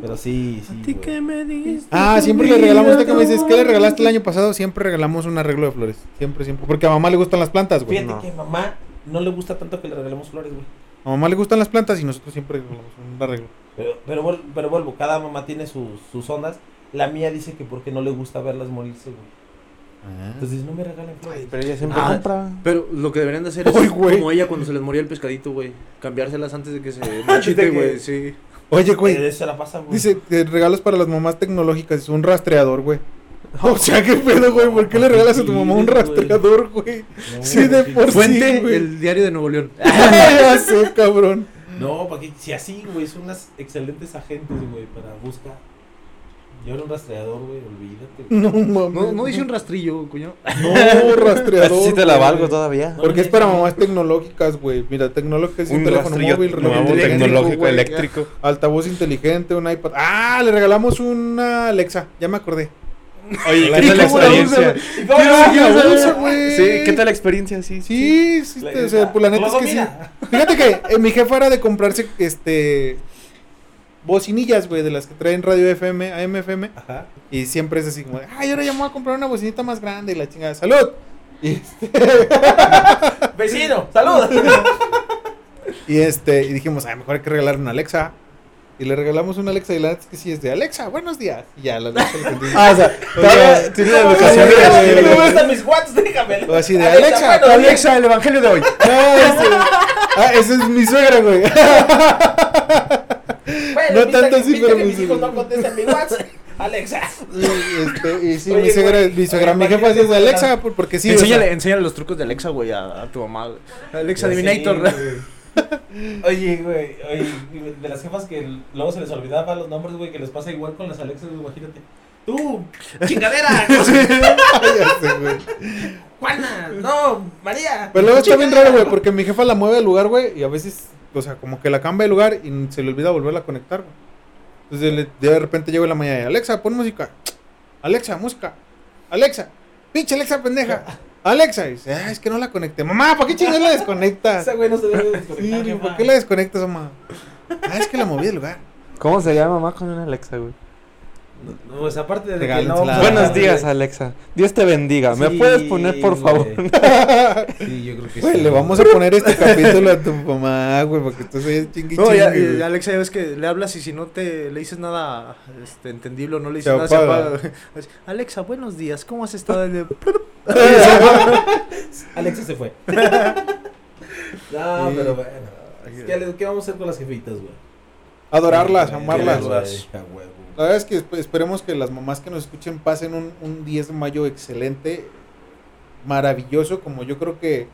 Speaker 5: pero sí, sí, güey.
Speaker 6: me dices?
Speaker 4: Ah, siempre le regalamos, ¿qué me dices? ¿Qué le regalaste el año pasado? Siempre regalamos un arreglo de flores. Siempre, siempre. Porque a mamá le gustan las plantas, güey.
Speaker 5: Fíjate
Speaker 10: no.
Speaker 5: que a mamá no le gusta tanto que le regalemos flores, güey.
Speaker 4: A mamá le gustan las plantas y nosotros siempre regalamos un arreglo.
Speaker 5: Pero, pero, vuel- pero vuelvo, cada mamá tiene sus, sus ondas. La mía dice que porque no le gusta verlas morirse, güey.
Speaker 4: Ah.
Speaker 5: Entonces no me regalen flores.
Speaker 10: Pero ella siempre
Speaker 6: Ah,
Speaker 10: compra.
Speaker 6: Pero lo que deberían de hacer es
Speaker 4: Uy, güey.
Speaker 6: como ella cuando se les moría el pescadito, güey. Cambiárselas antes de que se marchite,
Speaker 5: que-
Speaker 6: güey. Sí.
Speaker 4: Oye,
Speaker 5: Pero
Speaker 4: güey.
Speaker 5: eso la pasa, güey.
Speaker 4: Dice, eh, regalos para las mamás tecnológicas, es un rastreador, güey. O sea, qué pedo, güey, ¿por qué le regalas a tu mamá un rastreador, güey?
Speaker 5: No,
Speaker 4: Sí, de por
Speaker 6: Fuente,
Speaker 4: sí, güey.
Speaker 6: el diario de Nuevo León. Ah,
Speaker 4: Ya sé, cabrón.
Speaker 5: No, porque si así, güey, son unas excelentes agentes, güey, para buscar. Yo era un rastreador, güey, olvídate. güey.
Speaker 4: No mames.
Speaker 6: No, no dice un rastrillo, coño.
Speaker 4: No, rastreador.
Speaker 10: Así te la
Speaker 4: güey.
Speaker 10: valgo todavía.
Speaker 4: Porque es para mamás tecnológicas, güey. Mira, tecnológicas, un, teléfono móvil, reloj
Speaker 10: nuevo
Speaker 4: inteligente,
Speaker 10: tecnológico,
Speaker 4: güey.
Speaker 10: eléctrico.
Speaker 4: altavoz inteligente, un iPad. Ah, le regalamos una Alexa, ya me acordé.
Speaker 10: Oye,
Speaker 4: La
Speaker 10: ¿qué tal la
Speaker 4: cómo la
Speaker 10: experiencia?
Speaker 5: ¿Y
Speaker 4: Sí,
Speaker 5: cómo no?
Speaker 4: sí, la
Speaker 10: saber.
Speaker 4: usa, güey.
Speaker 10: Sí, ¿qué tal la experiencia? Sí,
Speaker 4: Sí, sí,
Speaker 5: La-
Speaker 4: te- o sea, pues la neta
Speaker 5: Lo
Speaker 4: es que sí.
Speaker 5: domina.
Speaker 4: Fíjate que eh, mi jefa era de comprarse este bocinillas, güey, de las que traen radio FM, AM, FM.
Speaker 5: Ajá.
Speaker 4: Y siempre es así como, de, ay, ahora ya me voy a comprar una bocinita más grande y la chingada, salud. Y,
Speaker 5: Vecino, saludos.
Speaker 4: y este, y dijimos, ay, mejor hay que regalar una Alexa. Y le regalamos una Alexa y la neta es que sí es de Alexa, buenos días. Y ya, la Alexa le contesta.
Speaker 10: Ah, o sea, todavía tiene la educación
Speaker 4: sí,
Speaker 10: de-
Speaker 4: sí,
Speaker 5: Si
Speaker 4: güey.
Speaker 5: me gustan mis watts, déjame.
Speaker 4: O así de, Alexa,
Speaker 5: bueno, bien.
Speaker 6: el evangelio de hoy.
Speaker 4: Ah, ese, ah, esa es mi suegra, güey.
Speaker 5: Bueno,
Speaker 4: no
Speaker 5: viste
Speaker 4: tanto
Speaker 5: que-
Speaker 4: así,
Speaker 5: viste
Speaker 4: pero
Speaker 5: que
Speaker 4: mi
Speaker 5: mis hijos
Speaker 4: suegra.
Speaker 5: no contestan mi WhatsApp. Alexa.
Speaker 4: Y, este, y sí,
Speaker 5: Oye,
Speaker 4: mi suegra,
Speaker 5: güey,
Speaker 4: mi suegra,
Speaker 5: oye,
Speaker 4: mi jefa
Speaker 5: imagínate
Speaker 4: es de
Speaker 5: que-
Speaker 4: Alexa, por- porque sí. o sea,
Speaker 6: enséñale, enséñale los trucos de Alexa, güey, a, a tu mamá. güey. Alexa Divinator.
Speaker 5: Sí, güey. Oye, güey, oye, de las jefas que luego se les olvidaba los nombres, güey, que les pasa igual con las Alexas, güey, imagínate. Tú, chingadera,
Speaker 4: ya sé, güey.
Speaker 5: Juana, no, María.
Speaker 4: Pero luego está bien
Speaker 5: Chingadera.
Speaker 4: raro, güey, porque mi jefa la mueve de lugar, güey, y a veces, o sea, como que la cambia de lugar y se le olvida volverla a conectar, güey. Entonces le- de repente llego en la mañana y Alexa, pon música. Alexa, música. Alexa, pinche Alexa pendeja. Alexa, y dice, "Ah, es que no la conecté. Mamá, ¿para qué chingados la desconectas?
Speaker 5: Esa güey no se debe de
Speaker 4: Sí,
Speaker 5: desconectar,
Speaker 4: digo,
Speaker 5: jefa.
Speaker 4: ¿Por qué la desconectas, mamá? Ah, es que la moví de lugar.
Speaker 10: ¿Cómo sería mamá con una Alexa, güey?
Speaker 5: No, pues aparte de que
Speaker 4: Regálense
Speaker 5: no...
Speaker 4: la- Ah,
Speaker 10: Buenos
Speaker 4: güey.
Speaker 10: días, Alexa. Dios te bendiga. ¿Me
Speaker 5: Sí,
Speaker 10: puedes poner, por favor?
Speaker 5: güey. Sí, yo creo que
Speaker 4: Güey,
Speaker 5: sí.
Speaker 4: le vamos a poner este capítulo a tu mamá, güey, porque tú soy chingui
Speaker 6: No,
Speaker 4: chingui,
Speaker 6: ya,
Speaker 4: güey.
Speaker 6: ya, Alexa, ya ves que le hablas y si no te le dices nada este, entendible o no le dices
Speaker 4: Se
Speaker 6: nada, se
Speaker 4: apaga.
Speaker 6: apaga. Así, Alexa, buenos días, ¿cómo has estado? Le-
Speaker 5: Alexa se fue. no, pero bueno. Es que, Ale- ¿Qué vamos a hacer con las jefitas, güey?
Speaker 4: Adorarlas,
Speaker 5: Sí,
Speaker 4: amarlas.
Speaker 5: güey, a huevo.
Speaker 4: La verdad es que esp- esperemos que las mamás que nos escuchen pasen un, un 10 de mayo excelente, maravilloso, como yo creo que...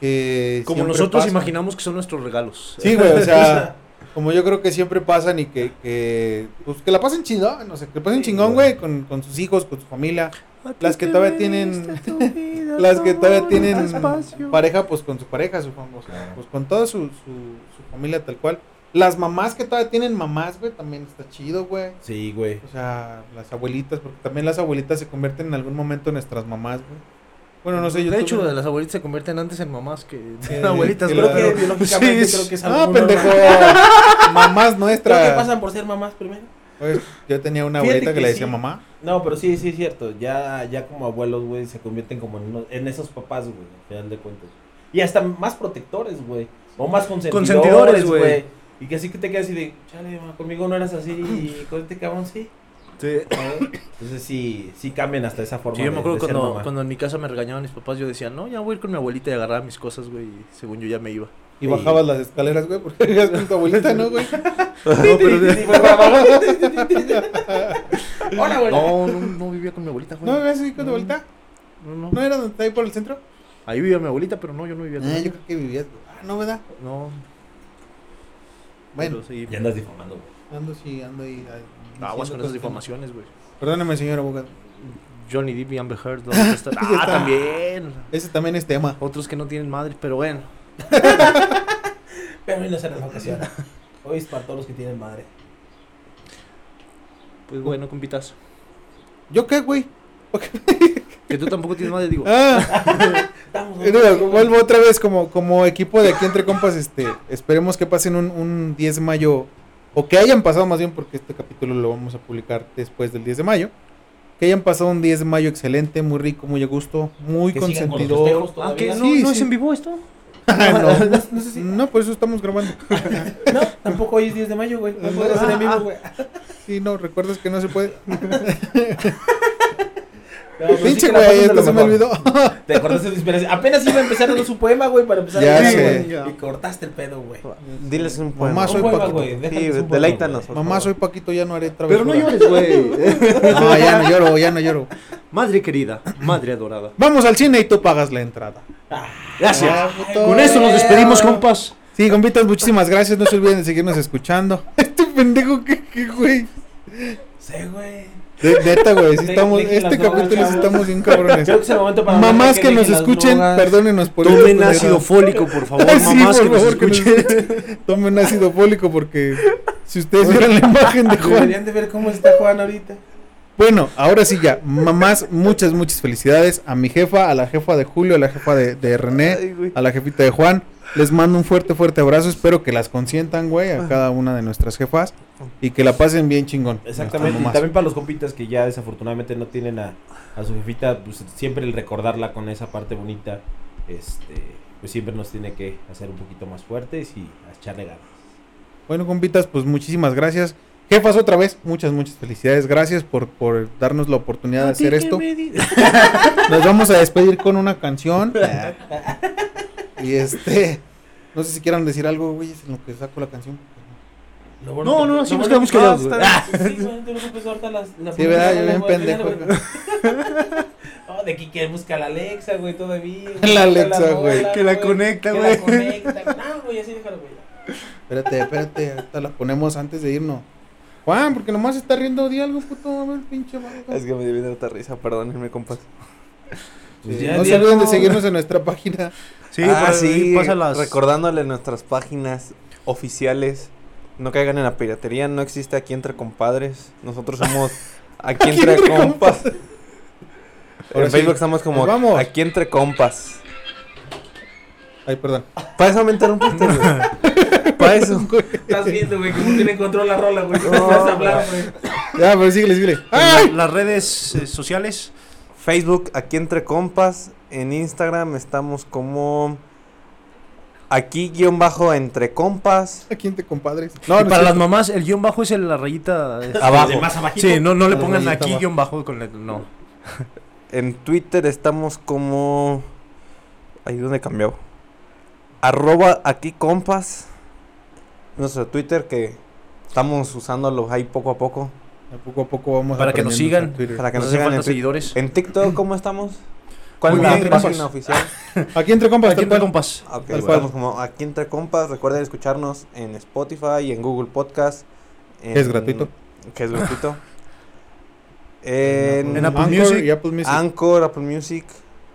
Speaker 4: que
Speaker 6: Como
Speaker 4: siempre
Speaker 6: nosotros
Speaker 4: pasa.
Speaker 6: imaginamos que son nuestros regalos.
Speaker 4: Sí, güey, o sea, como yo creo que siempre pasan y que, que pues que la pasen chingón, no sé, que la pasen
Speaker 5: Sí,
Speaker 4: chingón,
Speaker 5: güey.
Speaker 4: güey, con, con sus hijos, con su familia. las que todavía tienen- las que todavía tienen pareja, pues con su pareja, su fam- o sea, pues con toda su, su, su familia tal cual. Las mamás que todavía tienen mamás, güey, también está chido, güey.
Speaker 5: Sí, güey.
Speaker 4: O sea, las abuelitas, porque también las abuelitas se convierten en algún momento en nuestras mamás, güey. Bueno, no sé, yo
Speaker 6: de
Speaker 4: tuve-
Speaker 6: hecho, las abuelitas se convierten antes en mamás que
Speaker 4: Sí,
Speaker 6: en abuelitas,
Speaker 4: sí,
Speaker 6: güey,
Speaker 4: claro.
Speaker 6: pero-
Speaker 5: biológicamente
Speaker 6: sí, Ah,
Speaker 5: creo que es algo
Speaker 4: No, ah,
Speaker 5: muy
Speaker 4: pendejo.
Speaker 5: normal.
Speaker 4: mamás
Speaker 5: Creo que
Speaker 4: nuestras.
Speaker 5: pasan por ser mamás primero.
Speaker 4: Pues, yo tenía una
Speaker 5: Fíjate
Speaker 4: abuelita que,
Speaker 5: que
Speaker 4: le decía
Speaker 5: sí.
Speaker 4: mamá.
Speaker 5: No, pero sí, sí es cierto. Ya, ya como abuelos, güey, se convierten como en, unos- en esos papás, güey, al final de cuentas. Y hasta más protectores, güey. O más consentidores,
Speaker 6: Consentidores, güey.
Speaker 5: güey. Y que así que te quedas así de, chale, ma, conmigo no eras así y con este cabrón sí.
Speaker 6: Sí.
Speaker 5: ¿Eh? Entonces sí, sí cambian hasta esa forma.
Speaker 6: Sí, yo me
Speaker 5: de-
Speaker 6: acuerdo
Speaker 5: de ser
Speaker 6: cuando,
Speaker 5: mamá.
Speaker 6: cuando en mi casa me regañaban mis papás, yo decía, no, ya voy a ir con mi abuelita y agarraba mis cosas, güey, y según yo ya me iba.
Speaker 4: Y bajabas las escaleras, güey, porque vivías con tu abuelita, ¿no, güey?
Speaker 5: Hola, güey.
Speaker 6: No, no, no vivía con mi abuelita, güey.
Speaker 4: ¿No vivías así con tu abuelita?
Speaker 6: No, no.
Speaker 4: ¿No era donde está ahí por el centro?
Speaker 6: Ahí vivía mi abuelita, pero no, yo no vivía con
Speaker 4: Ah,
Speaker 6: ella.
Speaker 4: yo creo que vivías, güey. Ah, no, ¿verdad?
Speaker 6: No,
Speaker 4: Bueno,
Speaker 6: pero sí.
Speaker 5: Ya andas difamando, güey.
Speaker 4: ando sí, ando ahí. ahí,
Speaker 6: No, aguas Ah, con
Speaker 4: diciendo
Speaker 6: esas
Speaker 4: cosas.
Speaker 6: difamaciones, güey.
Speaker 4: Perdóname, señor abogado.
Speaker 6: Johnny Depp y Amber Heard, ¿dónde está? Ah, también.
Speaker 4: Ese también es tema.
Speaker 6: Otros que no tienen madre, pero bueno.
Speaker 5: Pero hoy no será la ocasión. Hoy es para todos los que tienen madre.
Speaker 6: Pues bueno, compitazo.
Speaker 4: ¿Yo qué, güey?
Speaker 6: Que tú tampoco tienes madre, digo.
Speaker 4: Ah,
Speaker 5: Estamos.
Speaker 4: no, Eh, vuelvo otra vez como, como equipo de aquí entre compas. Este, esperemos que pasen un, un 10 de mayo. O que hayan pasado más bien, porque este capítulo lo vamos a publicar después del 10 de mayo. Que hayan pasado un 10 de mayo excelente, muy rico, muy a gusto, muy
Speaker 5: Que sigan con los
Speaker 4: consentidor.
Speaker 5: festejos
Speaker 6: ah,
Speaker 5: todavía.
Speaker 4: no- no es en
Speaker 6: vivo esto?
Speaker 4: no,
Speaker 5: No, no sé si-
Speaker 4: no, por eso estamos grabando.
Speaker 5: No, tampoco hoy es 10 de mayo, güey. No puedo hacer en vivo, güey.
Speaker 4: Sí, no, recuerdas que no se puede.
Speaker 5: No, pero Ah, pues sí
Speaker 4: Pinche
Speaker 5: que la
Speaker 4: güey,
Speaker 5: pasen de
Speaker 4: esto
Speaker 5: lo
Speaker 4: se me
Speaker 5: mejor.
Speaker 4: olvidó.
Speaker 5: Te cortaste tu inspiración. Apenas iba a empezar con su poema, güey, para empezar.
Speaker 4: Ya
Speaker 5: a
Speaker 4: sé.
Speaker 5: güey, Y cortaste el pedo, güey.
Speaker 10: Diles un poema.
Speaker 4: Mamá, soy
Speaker 5: Un poema,
Speaker 4: Paquito.
Speaker 5: güey, déjanos
Speaker 10: Sí,
Speaker 5: un poema,
Speaker 10: deleítanos. por
Speaker 4: Mamá,
Speaker 10: favor.
Speaker 4: soy Paquito, ya no haré travesura.
Speaker 6: Pero no llores, güey.
Speaker 4: No, ya no lloro, ya no lloro.
Speaker 6: madre querida, madre adorada.
Speaker 4: Vamos al cine y tú pagas la entrada.
Speaker 6: Gracias.
Speaker 4: Ah, puto.
Speaker 6: Con eso nos despedimos, compas.
Speaker 4: Sí, compitas, muchísimas gracias. No se olviden de seguirnos escuchando. Este pendejo, que, que, güey.
Speaker 5: Sí, güey.
Speaker 4: De, neta, güey. sí
Speaker 5: De-
Speaker 4: estamos,
Speaker 5: dejen
Speaker 4: este
Speaker 5: las drogas,
Speaker 4: capítulo sí
Speaker 5: chavos.
Speaker 4: estamos bien cabrones.
Speaker 5: Creo que es el momento para.
Speaker 4: Mamás que nos
Speaker 5: dejen las
Speaker 4: escuchen,
Speaker 5: drogas.
Speaker 4: perdónenos por
Speaker 6: Tomen
Speaker 4: esas
Speaker 6: ácido
Speaker 4: pendejadas.
Speaker 6: fólico, por favor,
Speaker 4: Sí,
Speaker 6: mamás
Speaker 4: por
Speaker 6: que nos
Speaker 4: favor, que nos
Speaker 6: escuchen.
Speaker 4: Tomen ácido fólico porque si ustedes vieran la imagen de Juan.
Speaker 5: Deberían de ver cómo está Juan ahorita.
Speaker 4: Bueno, ahora sí ya, mamás, muchas, muchas felicidades a mi jefa, a la jefa de Julio, a la jefa de, de René, a la jefita de Juan. Les mando un fuerte, fuerte abrazo. Espero que las consientan, güey,
Speaker 5: Ah.
Speaker 4: a cada una de nuestras jefas y que la pasen bien chingón.
Speaker 5: Exactamente. Y
Speaker 4: Nuestras mamás.
Speaker 5: también para los compitas que ya desafortunadamente no tienen a, a su jefita, pues siempre el recordarla con esa parte bonita, este, pues siempre nos tiene que hacer un poquito más fuertes y a echarle ganas.
Speaker 4: Bueno, compitas, pues muchísimas gracias. Jefas, otra vez, muchas, muchas felicidades. Gracias por, por darnos la oportunidad de hacer esto. Nos vamos a despedir con una canción. Y este, no sé si quieran decir algo, güey, es en lo que saco la canción.
Speaker 6: No, no, no, sí nos quedamos callados, güey. Ah.
Speaker 5: Sí, güey, tú no supiste ahorita las- las
Speaker 4: Sí, ¿verdad?
Speaker 5: publicidades,
Speaker 4: Yo bien
Speaker 5: güey,
Speaker 4: pendejo.
Speaker 5: güey. No, de aquí que busca la Alexa, güey, todavía.
Speaker 4: La Alexa,
Speaker 5: Busca la
Speaker 4: güey.
Speaker 5: rola,
Speaker 6: Que la conecta,
Speaker 5: Que
Speaker 6: güey.
Speaker 5: la conecta. No, güey, así déjalo, güey.
Speaker 4: Espérate, espérate, ahorita la ponemos antes de irnos. Juan, porque nomás está riendo de algo, puto, a ver, pinche vaca.
Speaker 10: Es que me dio bien harta risa, perdónenme, compas.
Speaker 5: Pues
Speaker 4: Sí,
Speaker 5: ya,
Speaker 4: no
Speaker 5: ya,
Speaker 4: se olviden de seguirnos en nuestra página.
Speaker 6: Sí, pues,
Speaker 10: ah,
Speaker 6: pasa-
Speaker 10: sí,
Speaker 6: pásalas.
Speaker 10: recordándole nuestras páginas oficiales. No caigan en la piratería, no existe aquí entre compadres. Nosotros somos aquí entre compas.
Speaker 4: Ahora
Speaker 10: En Facebook
Speaker 4: sí.
Speaker 10: estamos como
Speaker 4: Nos vamos.
Speaker 10: aquí entre compas.
Speaker 4: Ay, perdón.
Speaker 10: Para eso me interrumpiste, güey. Para eso.
Speaker 5: Estás viendo, güey, que no tienen control la rola, güey. No,
Speaker 10: No,
Speaker 5: vas a hablar, güey.
Speaker 4: Ya, pero síguele, síguele. Ah,
Speaker 6: La- Las redes eh, sociales.
Speaker 10: Facebook aquí entre compas. En Instagram estamos como aquí guión bajo entre compas.
Speaker 4: ¿A quién te compadres?
Speaker 6: y
Speaker 4: No, no
Speaker 6: para
Speaker 4: es
Speaker 6: las mamás, el guión bajo es el- la rayita. este,
Speaker 10: Abajo.
Speaker 5: De más abajito.
Speaker 6: Sí, no, no le pongan
Speaker 4: rayita
Speaker 6: aquí
Speaker 4: abajo.
Speaker 6: guión bajo con la- No.
Speaker 10: En Twitter estamos como. Ahí donde cambió. Arroba aquí compas. Nuestro Twitter que estamos usándolo ahí poco a poco.
Speaker 4: cierto. Poco a poco vamos
Speaker 6: Para que nos
Speaker 4: aprendiendo
Speaker 6: sigan.
Speaker 4: con Twitter.
Speaker 10: Para que
Speaker 6: Nos
Speaker 10: nos
Speaker 6: hace
Speaker 10: sigan
Speaker 6: falta
Speaker 10: en, Twi-
Speaker 6: seguidores.
Speaker 10: en TikTok, ¿cómo estamos? ¿Cuál es
Speaker 6: Muy
Speaker 10: la
Speaker 6: bien,
Speaker 10: página
Speaker 6: compas.
Speaker 10: oficial?
Speaker 4: Aquí entre compas,
Speaker 6: Aquí
Speaker 4: tal
Speaker 6: entre
Speaker 4: cual.
Speaker 6: compas.
Speaker 10: Ah, Ok,
Speaker 4: Tal cual.
Speaker 10: estamos como aquí entre compas. Recuerden escucharnos en Spotify y en Google Podcast. en-
Speaker 4: Es gratuito.
Speaker 10: Que es gratuito. en,
Speaker 6: En Apple
Speaker 4: Anchor
Speaker 6: Music.
Speaker 4: y Apple Music.
Speaker 10: Anchor, Apple Music.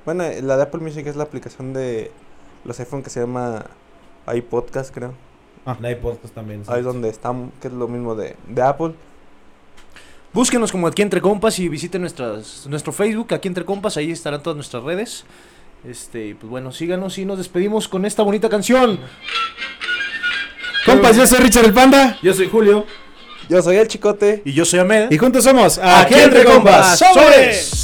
Speaker 10: Bueno, eh, la de Apple Music es la aplicación de los iPhone que se llama iPodcast, creo.
Speaker 4: Ah.
Speaker 5: En iPodcast también. sí.
Speaker 10: Ahí es donde estamos, que es lo mismo de, de Apple.
Speaker 6: Búsquenos como aquí entre compas y visiten nuestras, nuestro Facebook, aquí entre compas, ahí estarán todas nuestras redes. Este, y pues bueno, síganos y nos despedimos con esta bonita canción.
Speaker 4: Compas, yo soy Richard el Panda.
Speaker 6: Yo soy Julio.
Speaker 10: Yo soy el chicote.
Speaker 6: Y yo soy Ahmed.
Speaker 4: Y juntos somos
Speaker 6: Aquí entre compas, sobres.